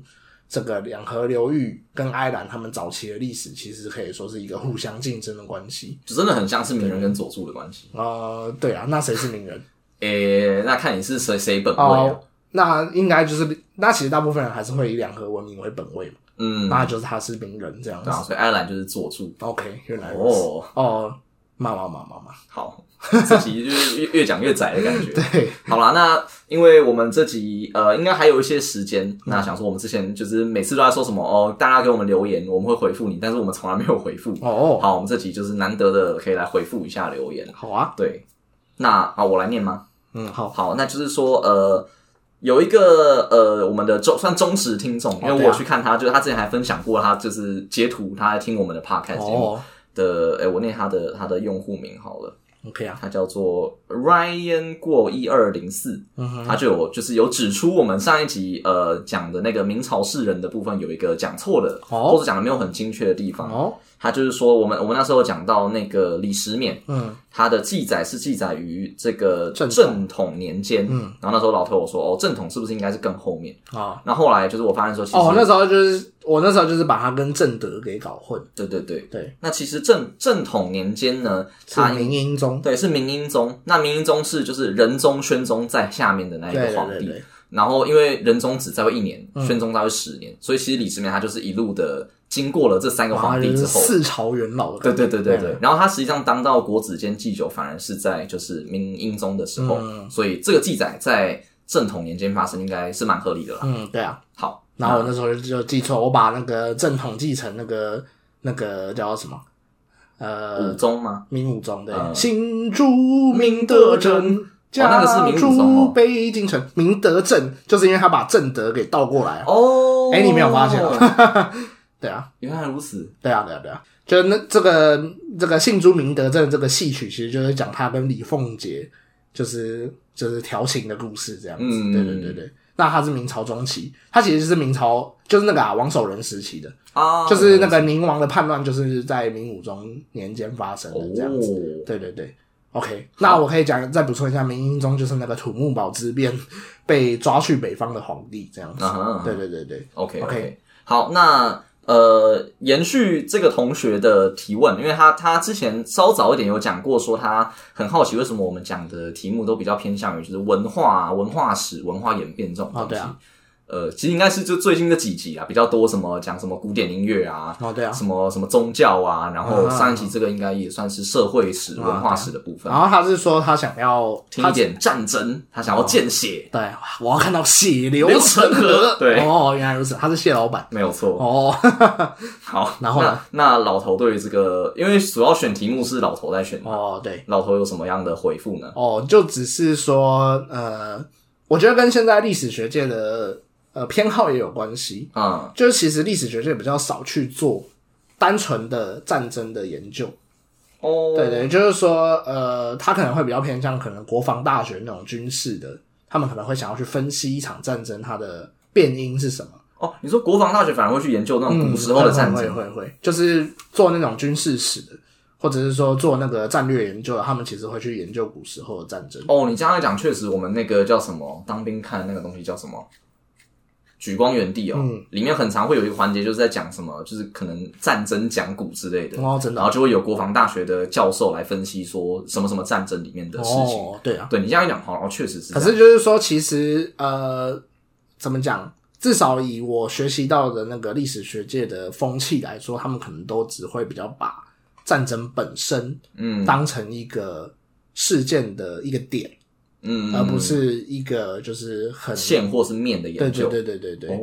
S1: 这个两河流域跟埃兰他们早期的历史，其实可以说是一个互相竞争的关系。
S2: 就真的很像是鸣人跟佐助的关系。
S1: 呃，对啊，那谁是名人？
S2: 诶、那看你是谁谁本位、啊
S1: 哦，那应该就是那其实大部分人还是会以两河文明为本位嘛，
S2: 嗯，
S1: 那就是他是名人这样子
S2: 对。啊，所以埃兰就是佐助。
S1: OK，原来如此。
S2: 哦，
S1: 哦，妈妈妈 妈妈，
S2: 好，这集就是越越讲越窄的感 觉。
S1: 对，
S2: 好啦，那因为我们这集呃，应该还有一些时间，
S1: 嗯
S2: 那想说我们之前就是每次都在说什么哦，大家给我们留言，我们会回复你，但是我们从来没有回复。
S1: 哦，
S2: 好，我们这集就是难得的可以来回复一下留言。
S1: 好啊，
S2: 对，那啊，我来念吗？
S1: 嗯，好，
S2: 好，那就是说，呃，有一个呃，我们的忠算忠实听众，因
S1: 哦
S2: 为
S1: 对啊
S2: 我去看他，就是他之前还分享过，他就是截图他在听我们的 podcast 节目
S1: 哦
S2: 的，哎、我念他的他的用户名好了，
S1: ，OK 啊，
S2: 他叫做 Ryan 过一二零四，
S1: 嗯哼，
S2: 他就有就是有指出我们上一集呃讲的那个明朝士人的部分有一个讲错了，
S1: 哦
S2: 或者讲的没有很精确的地方，
S1: 哦，
S2: 他就是说我们我们那时候讲到那个李时勉，
S1: 嗯，
S2: 它的记载是记载于这个
S1: 正统
S2: 正统年间，
S1: 嗯，
S2: 然后那时候老头我说，哦，正统是不是应该是更后面？
S1: 啊，
S2: 那后来就是我发现说，其实、
S1: 哦，那时候就是我那时候就是把他跟正德给搞混，
S2: 对对对，
S1: 对，
S2: 那其实正正统年间呢，
S1: 是
S2: 它
S1: 明英宗，
S2: 对是明英宗，那明英宗是就是仁宗、宣宗在下面的那一
S1: 对
S2: 个皇帝，
S1: 对对嗯对，
S2: 然后因为仁宗只在位一年，宣宗在位十年，所以其实李世民他就是一路的经过了这三个
S1: 哇，
S2: 皇帝
S1: 就是
S2: 之后。
S1: 四朝元老的
S2: 对
S1: 感觉，
S2: 对对对
S1: 嗯
S2: 对，然后他实际上当到国子监祭酒，反而是在就是明英宗的时候，
S1: 嗯
S2: 所以这个记载在正统年间发生，应该是蛮合理的啦。
S1: 嗯，对啊，
S2: 好，
S1: 然后我那时候就记错，我把那个正统继承那个那个叫什么，
S2: 那武
S1: 呃，
S2: 宗吗？
S1: 明武宗对，
S2: 嗯
S1: 新竹明德镇。
S2: 那个是明武宗
S1: 家
S2: 哦
S1: 住北京城，明德镇就是因为他把正德给倒过来啊，
S2: 哦，
S1: 哎你没有发现啊？对啊，
S2: 原来如此。
S1: 对啊，对啊，对啊，就那这个这个信珠明德镇这个戏曲，其实就是讲他跟李凤姐就是就是调情的故事这样子。
S2: 嗯
S1: 对对对对。那他是明朝中期，他其实是明朝就是那个啊王守仁时期的，
S2: 啊，
S1: 就是那个宁王的叛乱，就是在明武宗年间发生的
S2: 哦，
S1: 这样子。对对对。OK，那我可以讲再补充一下，明英宗就是那个土木堡之变被抓去北方的皇帝这样子。
S2: 啊哈啊哈
S1: 对对对对，
S2: OK
S1: OK
S2: 好，那呃，延续这个同学的提问，因为他他之前稍早一点有讲过，说他很好奇为什么我们讲的题目都比较偏向于就是文化、啊、文化史、文化演变这种东西。
S1: 哦对啊
S2: 呃，其实应该是就最近这几集啊，比较多什么讲什么古典音乐啊，
S1: 哦对啊，
S2: 什么什么宗教啊，然后
S1: 啊
S2: 上一集这个应该也算是社会史、
S1: 啊
S2: 文化史的部分，
S1: 然后他是说他想要
S2: 听
S1: 他
S2: 一点战争，他
S1: 哦
S2: 想要见血，
S1: 对，我要看到血流成
S2: 流成
S1: 河
S2: 河。对
S1: 哦，原来如此，他是蟹老板。
S2: 没有错。
S1: 哦，
S2: 好，
S1: 然后呢
S2: 那那老头对于这个，因为主要选题目是老头在选嘛，
S1: 哦，对，
S2: 老头有什么样的回复呢？
S1: 哦，就只是说，呃，我觉得跟现在历史学界的呃偏好也有关系。
S2: 嗯，
S1: 就是其实历史学界比较少去做单纯的战争的研究，
S2: 哦，
S1: 对，对，就是说，呃，他可能会比较偏向可能国防大学那种军事的，他们可能会想要去分析一场战争它的变因是什么。嗯
S2: 哦，你说国防大学反而会去研究那嗯种古时候的战
S1: 会
S2: 争，
S1: 会会会，就是做那种军事史的，或者是说做那个战略研究的，他们其实会去研究古时候的战争。
S2: 哦，你这样一讲，确实我们那个叫什么当兵看那个东西叫什么？举光原地哦，
S1: 嗯
S2: 里面很常会有一个环节，就是在讲什么，就是可能战争讲古之类的，
S1: 哦，真的
S2: 然
S1: 哦
S2: 后就会有国防大学的教授来分析说什么什么战争里面的事情。
S1: 哦，对啊。
S2: 对你这样一讲，好，哦，确实是这
S1: 可
S2: 样。
S1: 是就是说，其实呃，怎么讲？至少以我学习到的那个历史学界的风气来说，他们可能都只会比较把战争本身
S2: 嗯
S1: 当成一个事件的一个点，
S2: 嗯，
S1: 而呃不是一个就是很
S2: 线或是面的
S1: 对
S2: 研
S1: 对
S2: 究。
S1: 对对对对。
S2: 哦，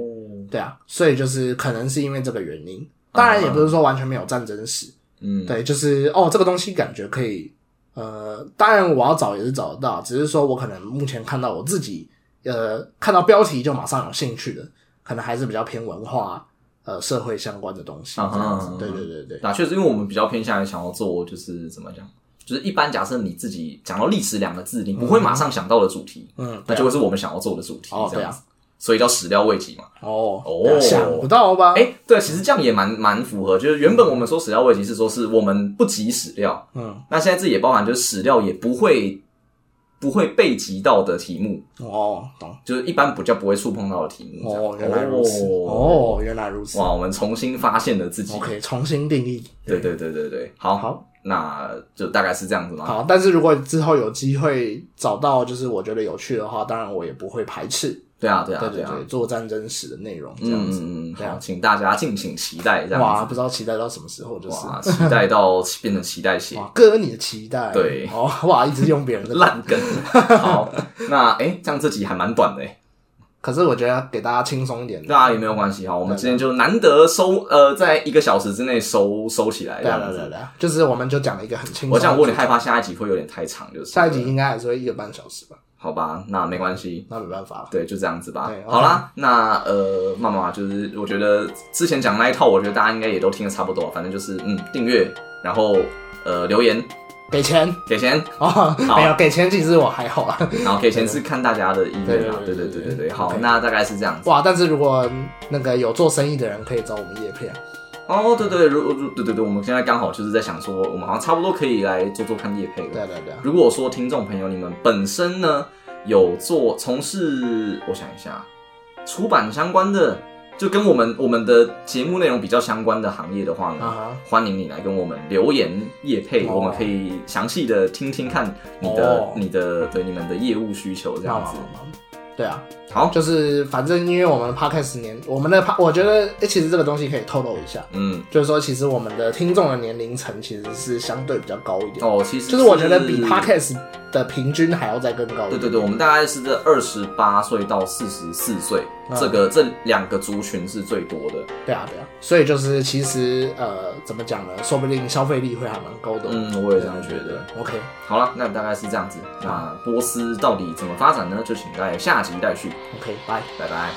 S1: 对啊，所以就是可能是因为这个原因，当然也不是说完全没有战争史，
S2: 嗯，
S1: 对，就是哦，这个东西感觉可以，呃，当然我要找也是找得到，只是说我可能目前看到我自己，呃，看到标题就马上有兴趣的，可能还是比较偏文化、呃，社会相关的东西这
S2: 啊哈
S1: 样子
S2: 啊哈，
S1: 对对对对，
S2: 那确实，因为我们比较偏向于想要做，就是怎么讲，就是一般假设你自己讲到历史两个字，你不会马上想到的主题，
S1: 嗯，对
S2: 那
S1: 啊
S2: 就会是我们想要做的主题。
S1: 哦
S2: 这样子。所以叫始料未及嘛。
S1: 哦
S2: 哦
S1: 想不到吧？
S2: 哎、对，其实这样也蛮蛮符合，就是原本我们说始料未及是说是我们不及始料，
S1: 嗯，
S2: 那现在这也包含就是始料也不会不会被及到的题目，
S1: 哦，懂
S2: 就是一般比较不会触碰到的题目。这样
S1: 哦，原来如此，
S2: 哦，
S1: 哦，原来如此。
S2: 哇，我们重新发现了自己。
S1: OK，重新定义。
S2: 对对对对对，好，
S1: 好，
S2: 那就大概是这样子嘛。
S1: 好，但是如果之后有机会找到，就是我觉得有趣的话，当然我也不会排斥。
S2: 对啊，对啊，
S1: 对
S2: 对
S1: 对
S2: 啊，
S1: 对，做战争史的内容这样子。
S2: 嗯嗯嗯，
S1: 对啊
S2: 好，请大家敬请期待这样子。
S1: 哇，不知道期待到什么时候，就是
S2: 哇，期待到变成期待血，
S1: 哇，哥你的期待。
S2: 对
S1: 哦， 哇，一直用别人的。
S2: 烂 梗。好，那哎、诶这样这集还蛮短的、诶
S1: 可是我觉得给大家轻松一点。
S2: 大家也没有关系哈。我们今天就难得收，呃，在一个小时之内收收起来这
S1: 对啊对
S2: 样
S1: 啊对啊
S2: 子。
S1: 对啊，就是我们就讲了一个很轻松。
S2: 我这样问你，害怕下一集会有点太长，就是
S1: 下一集应该还是会一个半小时吧？
S2: 好吧？那没关系，
S1: 那没办法了。
S2: 对，就这样子吧
S1: 对。
S2: 好啦，那呃，妈妈就是我觉得之前讲那一套，我觉得大家应该也都听得差不多，反正就是嗯，订阅，然后呃留言
S1: 给钱
S2: 给钱，
S1: 哦， 没有给钱，其实我还好啦。啊
S2: 然后给钱是看大家的意愿啊。
S1: 对对
S2: 对对对
S1: 对
S2: 对
S1: 对
S2: 对，
S1: 对
S2: 好，
S1: OK
S2: 那大概是这样子。
S1: 哇！但是如果那个有做生意的人，可以找我们叶片。
S2: 哦，对对，如如对对对，我们现在刚好就是在想说，我们好像差不多可以来做做看夜配了。
S1: 对对对啊，
S2: 如果说听众朋友你们本身呢有做从事，我想一下，出版相关的，就跟我们我们的节目内容比较相关的行业的话呢。
S1: 啊哈
S2: 欢迎你来跟我们留言业配，
S1: 哦
S2: 我们可以详细的听听看你的、
S1: 哦
S2: 你的对你们的业务需求这
S1: 那
S2: 样
S1: 我
S2: 子。
S1: 对啊，
S2: 好，
S1: 就是反正因为我们 podcast 年，我们的 pa- 我觉得、诶其实这个东西可以透露一下，
S2: 嗯，
S1: 就是说其实我们的听众的年龄层其实是相对比较高一点，
S2: 哦，其实
S1: 就是我觉得比 podcast 的平均还要再更高一
S2: 对
S1: 点。
S2: 对对，我们大概是这二十八岁到四十四岁，
S1: 嗯
S2: 这个这两个族群是最多的。
S1: 对啊对啊，所以就是其实呃怎么讲呢，说不定消费力会还蛮高的。
S2: 嗯，我也这样觉得。
S1: OK，
S2: 好了，那大概是这样子。那波斯到底怎么发展呢？就请在下集待续。
S1: OK，拜。
S2: 拜拜。